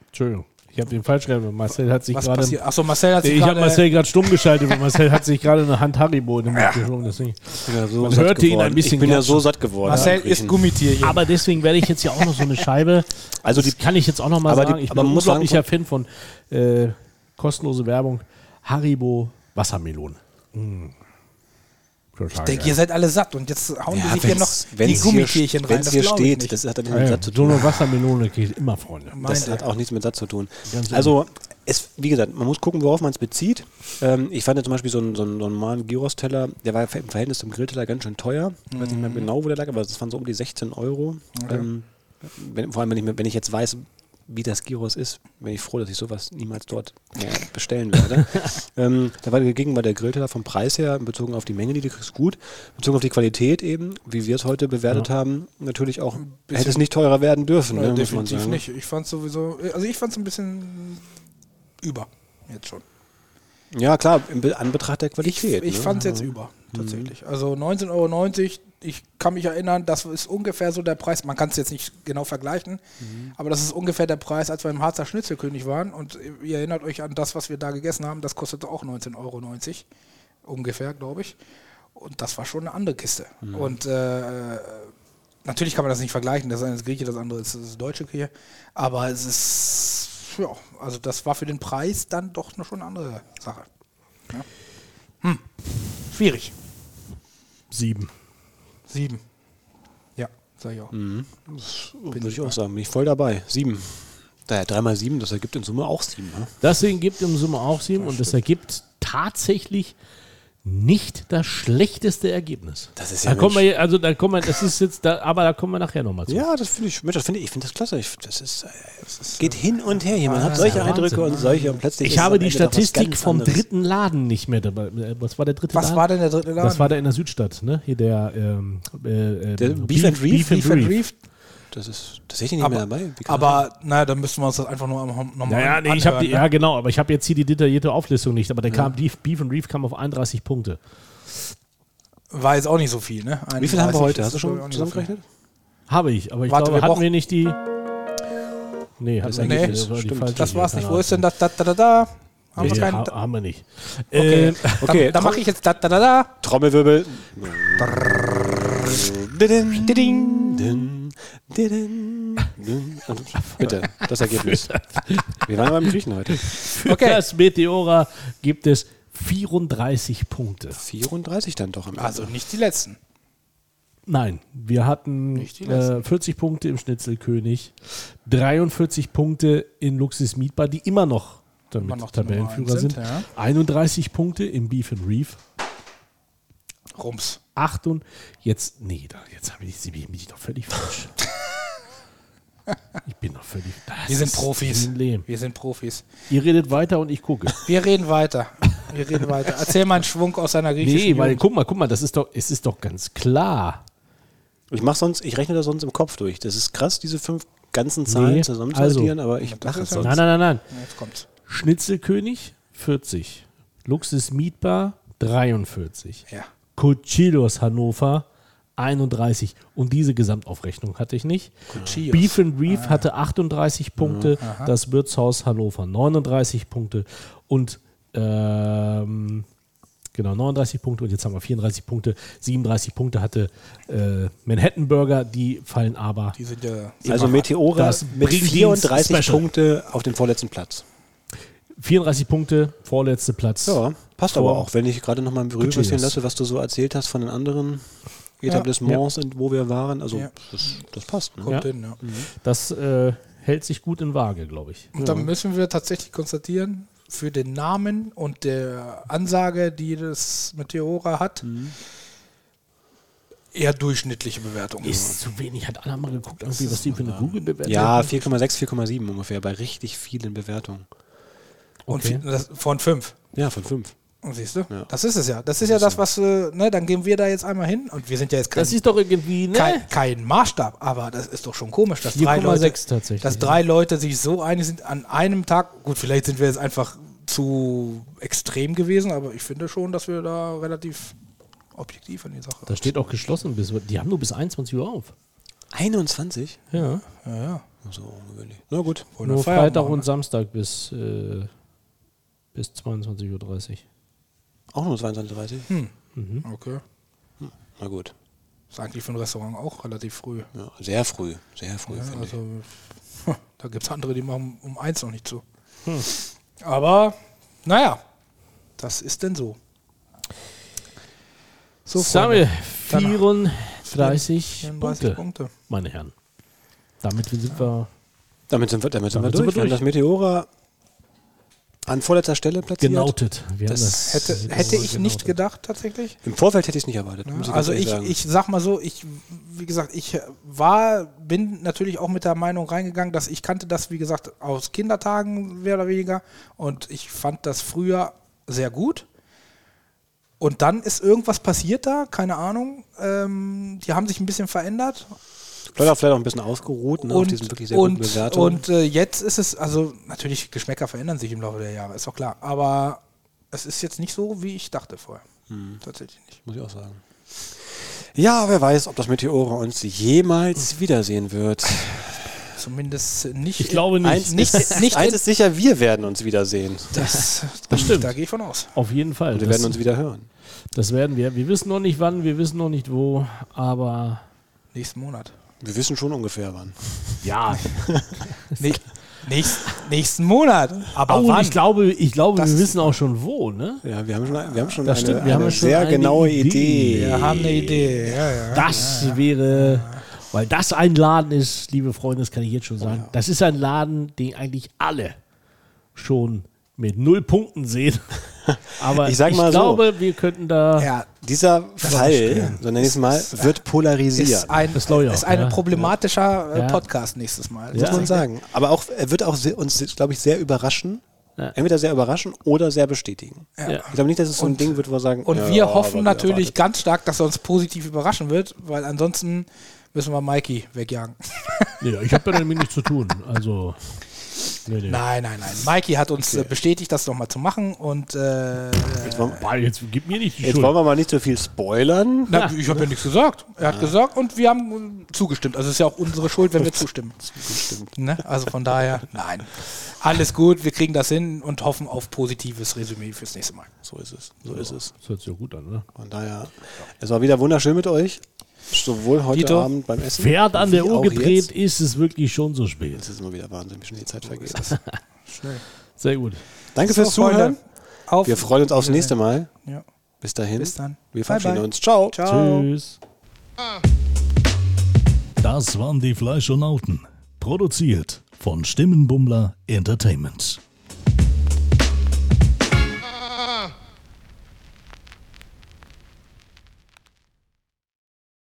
Speaker 5: Entschuldigung. Ich habe den falsch gelesen. Marcel hat sich
Speaker 4: Was
Speaker 5: gerade.
Speaker 4: passiert? Achso, Marcel hat sich
Speaker 5: Ich habe
Speaker 4: gerade.
Speaker 5: Marcel gerade stumm geschaltet, weil Marcel hat sich gerade eine Hand Haribo in den Mund geschoben. Deswegen.
Speaker 3: Ja, so
Speaker 5: Man
Speaker 3: satt
Speaker 5: hörte ihn ein
Speaker 3: geworden.
Speaker 5: bisschen
Speaker 3: Ich bin ja
Speaker 5: klatschen.
Speaker 3: so satt geworden.
Speaker 4: Marcel
Speaker 3: am
Speaker 4: ist
Speaker 3: Kriechen.
Speaker 4: Gummitier hier.
Speaker 5: Aber deswegen werde ich jetzt ja auch noch so eine Scheibe.
Speaker 3: Also
Speaker 5: das
Speaker 3: die-
Speaker 5: kann ich jetzt auch noch mal
Speaker 3: aber die-
Speaker 5: sagen. ich
Speaker 3: aber
Speaker 5: bin ein
Speaker 3: man muss sagen,
Speaker 5: unglaublicher Fan von äh, kostenlose Werbung. Haribo Wassermelone.
Speaker 3: Hm.
Speaker 4: Ich denke, ihr seid alle satt und jetzt hauen die sich hier noch
Speaker 3: wenn's-
Speaker 4: die
Speaker 3: wenn's
Speaker 4: Gummitierchen
Speaker 3: hier,
Speaker 4: rein.
Speaker 3: Wenn es hier
Speaker 4: glaub
Speaker 3: steht,
Speaker 4: ich nicht.
Speaker 3: das hat dann nichts
Speaker 5: Ja,
Speaker 3: mit
Speaker 5: ja.
Speaker 3: Satt zu
Speaker 5: So
Speaker 3: tun.
Speaker 5: eine Wassermelone geht immer, Freunde.
Speaker 4: Meint
Speaker 3: Das
Speaker 4: er.
Speaker 3: hat auch nichts mit Satt zu tun.
Speaker 5: Ganz
Speaker 3: Also, es, wie gesagt, man muss gucken, worauf man es bezieht. Ähm, ich fand ja zum Beispiel so einen, so einen normalen Gyros-Teller, der war im Verhältnis zum Grillteller ganz schön teuer. Ich weiß
Speaker 4: Mhm.
Speaker 3: nicht mehr genau, wo der lag, aber das waren so um die 16 Euro. Ähm, wenn, vor allem, wenn ich, mir- wenn ich jetzt weiß, wie das Gyros ist, bin ich froh, dass ich sowas niemals dort mehr bestellen werde. ähm, da war dagegen war der Grillteller vom Preis her, bezogen auf die Menge, die du kriegst, gut. Bezogen auf die Qualität eben, wie wir es heute bewertet haben, natürlich auch, hätte es nicht teurer werden dürfen.
Speaker 4: Ja,
Speaker 3: ne, muss man
Speaker 4: Äh, definitiv
Speaker 3: sagen.
Speaker 4: nicht. Ich fand sowieso, also ich fand es ein bisschen über jetzt schon.
Speaker 3: Ja, klar, im Be- Anbetracht der
Speaker 4: Ich,
Speaker 3: Qualität.
Speaker 4: ich
Speaker 3: ne?
Speaker 4: fand es jetzt über tatsächlich. Also 19,90 Euro. Ich kann mich erinnern, das ist ungefähr so der Preis. Man kann es jetzt nicht genau vergleichen,
Speaker 3: Mhm.
Speaker 4: aber das ist ungefähr der Preis, als wir im Harzer Schnitzelkönig waren. Und ihr erinnert euch an das, was wir da gegessen haben. Das kostete auch 19,90 Euro ungefähr, glaube ich. Und das war schon eine andere Kiste.
Speaker 3: Mhm.
Speaker 4: Und äh, natürlich kann man das nicht vergleichen. Das eine ist Grieche, das andere ist, ist deutsche Kirche. Aber es ist, ja, also das war für den Preis dann doch noch schon eine andere Sache. Ja. Hm. Schwierig.
Speaker 5: Sieben.
Speaker 4: Sieben. Ja, sag ich auch.
Speaker 5: Mhm.
Speaker 3: Würde ich auch sagen, bin ich voll dabei. Sieben. Daher dreimal sieben, das ergibt in Summe auch sieben. Ne?
Speaker 5: Deswegen gibt im Summe auch sieben und das ergibt tatsächlich nicht das schlechteste Ergebnis.
Speaker 3: Das ist
Speaker 5: Da kommen wir, je- also da kommen wir, das ist jetzt, da, aber da kommen wir nachher nochmal zu.
Speaker 3: Ja, das finde ich, Mensch, das finde ich, ich finde das klasse. Ich, das ist, äh, Ah, geht hin und her hier. Man hat
Speaker 5: ja,
Speaker 3: solche
Speaker 5: Wahnsinn.
Speaker 3: Eindrücke und solche und plötzlich.
Speaker 5: Ich
Speaker 3: ist es
Speaker 5: habe
Speaker 3: am
Speaker 5: die
Speaker 3: Ende doch was
Speaker 5: Statistik
Speaker 3: ganz
Speaker 5: vom
Speaker 3: anderes.
Speaker 5: dritten Laden nicht mehr dabei. Äh, Was war der dritte
Speaker 4: Was
Speaker 5: Laden?
Speaker 4: war denn der dritte Laden?
Speaker 5: Das war der in der Südstadt, ne? Hier der, ähm, äh, äh,
Speaker 3: Der Beef and Reef?
Speaker 5: Beef and
Speaker 4: Beef and
Speaker 5: Reef.
Speaker 4: Reef.
Speaker 3: Das ist, das sehe ich nicht
Speaker 4: Aber,
Speaker 3: mehr dabei. Wie kann
Speaker 4: aber naja, dann müssen wir uns das einfach nur nochmal
Speaker 5: Naja, nee, ich hab die,
Speaker 4: ne?
Speaker 5: ja genau, aber ich habe jetzt hier die detaillierte Auflistung nicht, aber der kam, Beef, Beef and Reef kam auf 31 Punkte.
Speaker 4: War jetzt auch nicht so viel, ne?
Speaker 3: das- wie viel haben
Speaker 4: 31
Speaker 3: wir heute?
Speaker 4: ist
Speaker 3: Hast du
Speaker 4: glaub ich, auch
Speaker 3: schon
Speaker 4: nicht so viel.
Speaker 3: zusammengerechnet?
Speaker 5: Habe ich, aber ich
Speaker 4: Warte,
Speaker 5: glaube,
Speaker 4: wir
Speaker 5: hatten
Speaker 4: brauchen-
Speaker 5: wir nicht die. Nee, hatten
Speaker 3: Das
Speaker 5: wir nicht.
Speaker 4: Ergebnis,
Speaker 5: war die
Speaker 3: stimmt.
Speaker 5: falsche
Speaker 4: Das
Speaker 5: hier,
Speaker 4: war's
Speaker 5: keine
Speaker 4: nicht. Wo ist denn
Speaker 5: Ahnung.
Speaker 4: das? Da, da, da, da? Haben wir
Speaker 5: Nee,
Speaker 4: keinen.
Speaker 5: ha haben wir nicht.
Speaker 4: Okay,
Speaker 5: Ähm,
Speaker 3: Okay,
Speaker 4: da, da mache ich jetzt da, da, da, da.
Speaker 3: Trommelwirbel. Didin,
Speaker 4: Diding.
Speaker 3: didin, didin, didin. Und Bitte, das Ergebnis. Wir waren beim Griechen heute.
Speaker 5: für
Speaker 4: Okay.
Speaker 5: das Meteora gibt es 34 Punkte.
Speaker 3: 34 dann doch am Ende.
Speaker 4: Also nicht die letzten.
Speaker 5: Nein, wir hatten
Speaker 4: Nicht die
Speaker 5: äh, 40 Punkte im Schnitzelkönig, 43 Punkte in Luxis Mietbar, die immer noch damit
Speaker 4: Immer noch die Nummer
Speaker 5: Tabellenführer
Speaker 4: eins sind,
Speaker 5: sind,
Speaker 4: ja.
Speaker 5: 31 Punkte im Beef and Reef,
Speaker 4: Rums.
Speaker 5: 8 und jetzt, nee, da, jetzt habe ich, sie- bin ich doch völlig falsch. ich bin doch völlig das
Speaker 4: Wir sind
Speaker 5: ist
Speaker 4: Profis.
Speaker 5: ein Leben.
Speaker 4: Wir sind Profis.
Speaker 5: Ihr redet weiter und ich gucke.
Speaker 4: Wir reden weiter. Wir reden weiter. Erzähl mal einen Schwung aus deiner griechischen
Speaker 5: Nee, weil
Speaker 4: Jugend.
Speaker 5: guck mal, guck mal, das ist doch, es ist doch ganz klar.
Speaker 3: Ich mach sonst, ich rechne das sonst im Kopf durch. Das ist krass, diese fünf ganzen Zahlen
Speaker 5: Nee,
Speaker 3: zusammen zu
Speaker 5: also.
Speaker 3: addieren, aber ich mache es
Speaker 4: ist ja-
Speaker 3: sonst.
Speaker 5: Nein, nein, nein, nein.
Speaker 4: Jetzt kommt's.
Speaker 5: Schnitzelkönig 40, Luxus Mietbar 43,
Speaker 4: Ja.
Speaker 5: Cuchillos Hannover 31 und diese Gesamtaufrechnung hatte ich nicht.
Speaker 4: Cuchillos.
Speaker 5: Beef and Reef hatte 38 Punkte, das Wirtshaus Hannover 39 Punkte und ähm, genau 39 Punkte und jetzt haben wir 34 Punkte, 37 Punkte hatte äh, Manhattan Burger, die fallen aber
Speaker 4: Die sind ja.
Speaker 3: Also Meteora
Speaker 5: Das
Speaker 3: mit
Speaker 5: bringt die
Speaker 3: 34
Speaker 5: Special.
Speaker 3: Punkte auf dem vorletzten Platz.
Speaker 5: 34 Punkte, vorletzter Platz.
Speaker 3: Ja, passt
Speaker 5: Vor-
Speaker 3: aber auch, wenn ich gerade nochmal
Speaker 5: Gucci
Speaker 3: rüberziehen
Speaker 5: ist.
Speaker 3: lasse, was du so erzählt hast von den anderen Etablissements, und wo wir waren. Also
Speaker 4: Ja.
Speaker 3: das, das passt. Ne?
Speaker 4: Kommt hin, ja.
Speaker 5: Mhm. Das äh, hält sich gut in Waage, glaube ich.
Speaker 4: Und dann müssen wir tatsächlich konstatieren, für den Namen und der Ansage, die das Meteora hat, eher durchschnittliche Bewertung.
Speaker 5: Ist zu wenig. Hat alle mal geguckt, irgendwie, was die für eine Google-Bewertung
Speaker 3: Ja,
Speaker 5: haben?
Speaker 3: 4,6, 4,7 ungefähr bei richtig vielen Bewertungen.
Speaker 4: Und
Speaker 5: okay.
Speaker 4: vi- das, von fünf.
Speaker 3: Ja, von 5.
Speaker 4: Und siehst du?
Speaker 3: Ja.
Speaker 4: Das ist es ja. Das ist ja das, was, äh, ne, dann gehen wir da jetzt einmal hin und wir sind ja jetzt kein,
Speaker 5: Das ist doch irgendwie, ne?
Speaker 4: kein, kein Maßstab, aber das ist doch schon komisch, dass drei Leute,
Speaker 5: 4,6 tatsächlich,
Speaker 4: dass
Speaker 5: ja.
Speaker 4: drei Leute sich so einig sind an einem Tag. Gut, vielleicht sind wir jetzt einfach zu extrem gewesen, aber ich finde schon, dass wir da relativ objektiv an die Sache.
Speaker 5: Da steht auch geschlossen. Bis, die haben nur bis 21 Uhr auf.
Speaker 3: 21?
Speaker 5: Ja.
Speaker 4: ja, ja.
Speaker 3: So ungewöhnlich. Na gut.
Speaker 4: Wollen wir
Speaker 5: nur
Speaker 4: Feierabend
Speaker 5: Freitag
Speaker 4: machen,
Speaker 5: und
Speaker 4: ne?
Speaker 5: Samstag bis, äh, bis 22.30 Uhr.
Speaker 3: Auch nur 22,30.
Speaker 4: Hm. Okay.
Speaker 3: Na gut.
Speaker 4: Ist eigentlich für ein Restaurant auch relativ früh.
Speaker 3: Ja, sehr früh. Sehr früh,
Speaker 4: Ja,
Speaker 3: finde
Speaker 4: also, da gibt es andere, die machen um eins noch nicht zu.
Speaker 5: Hm.
Speaker 4: Aber, naja, das ist denn so. So,
Speaker 5: Samuel,
Speaker 4: Freunde,
Speaker 5: 34
Speaker 4: 34
Speaker 5: Punkte,
Speaker 4: Punkte.
Speaker 5: meine Herren. Damit sind wir
Speaker 3: ich. Damit sind wir, damit sind
Speaker 5: Damit
Speaker 3: wir
Speaker 5: sind wir
Speaker 3: durch. Wir haben
Speaker 5: durch.
Speaker 3: das Meteora an vorletzter Stelle platziert.
Speaker 4: Genau.
Speaker 5: genautet. Wir haben
Speaker 3: Das
Speaker 4: Hätte,
Speaker 5: das-
Speaker 4: hätte ich
Speaker 5: genautet.
Speaker 4: nicht gedacht, tatsächlich.
Speaker 3: Im Vorfeld hätte ich es nicht erwartet. genau muss ganz
Speaker 4: Also
Speaker 3: ehrlich
Speaker 4: ich,
Speaker 3: sagen.
Speaker 4: ich sag mal so, ich, wie gesagt, ich war, bin natürlich auch mit der Meinung reingegangen, dass ich kannte das, wie gesagt, aus Kindertagen mehr oder weniger und ich fand das früher sehr gut. Und dann ist irgendwas passiert da, keine Ahnung. Ähm, die haben sich ein bisschen verändert
Speaker 3: Vielleicht auch, vielleicht auch ein bisschen ausgeruht ne, auf diesen wirklich sehr
Speaker 4: und,
Speaker 3: guten Bewertungen.
Speaker 4: und äh, jetzt ist es, also natürlich, Geschmäcker verändern sich im Laufe der Jahre, ist doch klar. Aber es ist jetzt nicht so, wie ich dachte vorher.
Speaker 3: Hm.
Speaker 4: Tatsächlich nicht.
Speaker 3: muss ich auch sagen. Ja, wer weiß, ob das Meteora uns jemals wiedersehen wird.
Speaker 4: Zumindest nicht.
Speaker 5: Ich glaube nicht.
Speaker 3: Eins,
Speaker 4: Nicht-
Speaker 3: ist,
Speaker 4: nicht
Speaker 3: eins
Speaker 4: in-
Speaker 3: ist sicher, wir werden uns wiedersehen.
Speaker 4: Das,
Speaker 5: stimmt.
Speaker 4: Da gehe ich von aus.
Speaker 5: Auf jeden Fall.
Speaker 3: Und wir
Speaker 5: Also das,
Speaker 3: werden uns wieder hören.
Speaker 5: das werden wir. Wir wissen noch nicht wann, wir wissen noch nicht wo, aber
Speaker 4: Nächsten Monat.
Speaker 3: Wir wissen schon ungefähr wann.
Speaker 5: ja.
Speaker 4: Nicht, nächst, nächsten Monat. Aber
Speaker 5: Oh,
Speaker 4: wann?
Speaker 5: ich glaube, ich glaube
Speaker 4: Das
Speaker 5: wir
Speaker 4: ist-
Speaker 5: wissen auch schon wo, ne?
Speaker 3: Ja, wir haben schon, wir haben schon
Speaker 5: Das
Speaker 3: eine,
Speaker 5: stimmt, wir
Speaker 3: eine
Speaker 5: haben schon
Speaker 3: sehr
Speaker 5: eine
Speaker 3: genaue
Speaker 5: Idee.
Speaker 3: Idee.
Speaker 4: wir haben eine Idee. Ja, ja.
Speaker 5: Das wäre, weil das ein Laden ist, liebe Freunde, das kann ich jetzt schon sagen. Das ist ein Laden, den eigentlich alle schon mit null Punkten sehen. Aber ich,
Speaker 3: Ich sag mal so.
Speaker 5: glaube, wir könnten da.
Speaker 4: ja
Speaker 3: Dieser Fall, so nenne ich es mal, wird polarisiert.
Speaker 4: ist ein,
Speaker 5: Das glaube ich
Speaker 4: ist
Speaker 5: auch,
Speaker 4: ein
Speaker 5: ja.
Speaker 4: problematischer äh,
Speaker 5: Ja.
Speaker 4: Podcast nächstes Mal.
Speaker 5: Ja.
Speaker 3: muss man sagen. Aber auch, er wird auch se- uns, glaube ich, sehr überraschen.
Speaker 5: Ja.
Speaker 3: Entweder sehr überraschen oder sehr bestätigen.
Speaker 5: Ja.
Speaker 3: Ich glaube nicht, dass es so ein Ding wird, wo wir sagen.
Speaker 4: Und
Speaker 3: ja,
Speaker 4: wir
Speaker 3: aber
Speaker 4: hoffen
Speaker 3: wir
Speaker 4: natürlich
Speaker 3: erwartet.
Speaker 4: ganz stark, dass er uns positiv überraschen wird, weil ansonsten müssen wir Mikey wegjagen.
Speaker 5: Nee, ich habe ja damit nichts zu tun. Also. Nee, nee.
Speaker 4: Nein, nein, nein. Mikey hat uns äh, bestätigt, das nochmal zu machen und äh,
Speaker 3: Jetzt wollen,
Speaker 5: Boah, Jetzt gib mir nicht die
Speaker 3: jetzt
Speaker 5: Schuld.
Speaker 3: wollen wir mal nicht so viel spoilern.
Speaker 4: na, ich habe ja nichts gesagt. Er
Speaker 3: Ah.
Speaker 4: hat gesagt und wir haben äh, zugestimmt. Also es ist ja auch unsere Schuld, wenn wir zustimmen. Ne? Also von daher, nein. Alles gut, wir kriegen das hin und hoffen auf positives Resümee fürs nächste Mal.
Speaker 3: So ist es. So ist es.
Speaker 5: Das hört sich ja gut an, ne?
Speaker 3: Von daher, es war wieder wunderschön mit euch. Sowohl heute
Speaker 4: Dieter,
Speaker 3: Abend beim Essen.
Speaker 5: Pferd an
Speaker 3: wie
Speaker 5: der Uhr
Speaker 3: auch
Speaker 5: gedreht,
Speaker 3: Jetzt.
Speaker 5: ist es wirklich schon so spät.
Speaker 3: Das ist immer wieder Wahnsinn, wie schnell die Zeit vergeht.
Speaker 5: Sehr gut.
Speaker 3: Danke
Speaker 4: So,
Speaker 3: fürs Zuhören.
Speaker 4: Freunde, Auf.
Speaker 3: Wir freuen uns aufs nächste Mal.
Speaker 4: Ja.
Speaker 3: Bis dahin.
Speaker 4: Bis dann.
Speaker 3: Wir
Speaker 4: Bye,
Speaker 3: verabschieden
Speaker 4: bye.
Speaker 3: uns. Ciao.
Speaker 4: Ciao.
Speaker 5: Tschüss.
Speaker 2: Das waren die Fleischonauten. Produziert von Stimmenbummler Entertainment.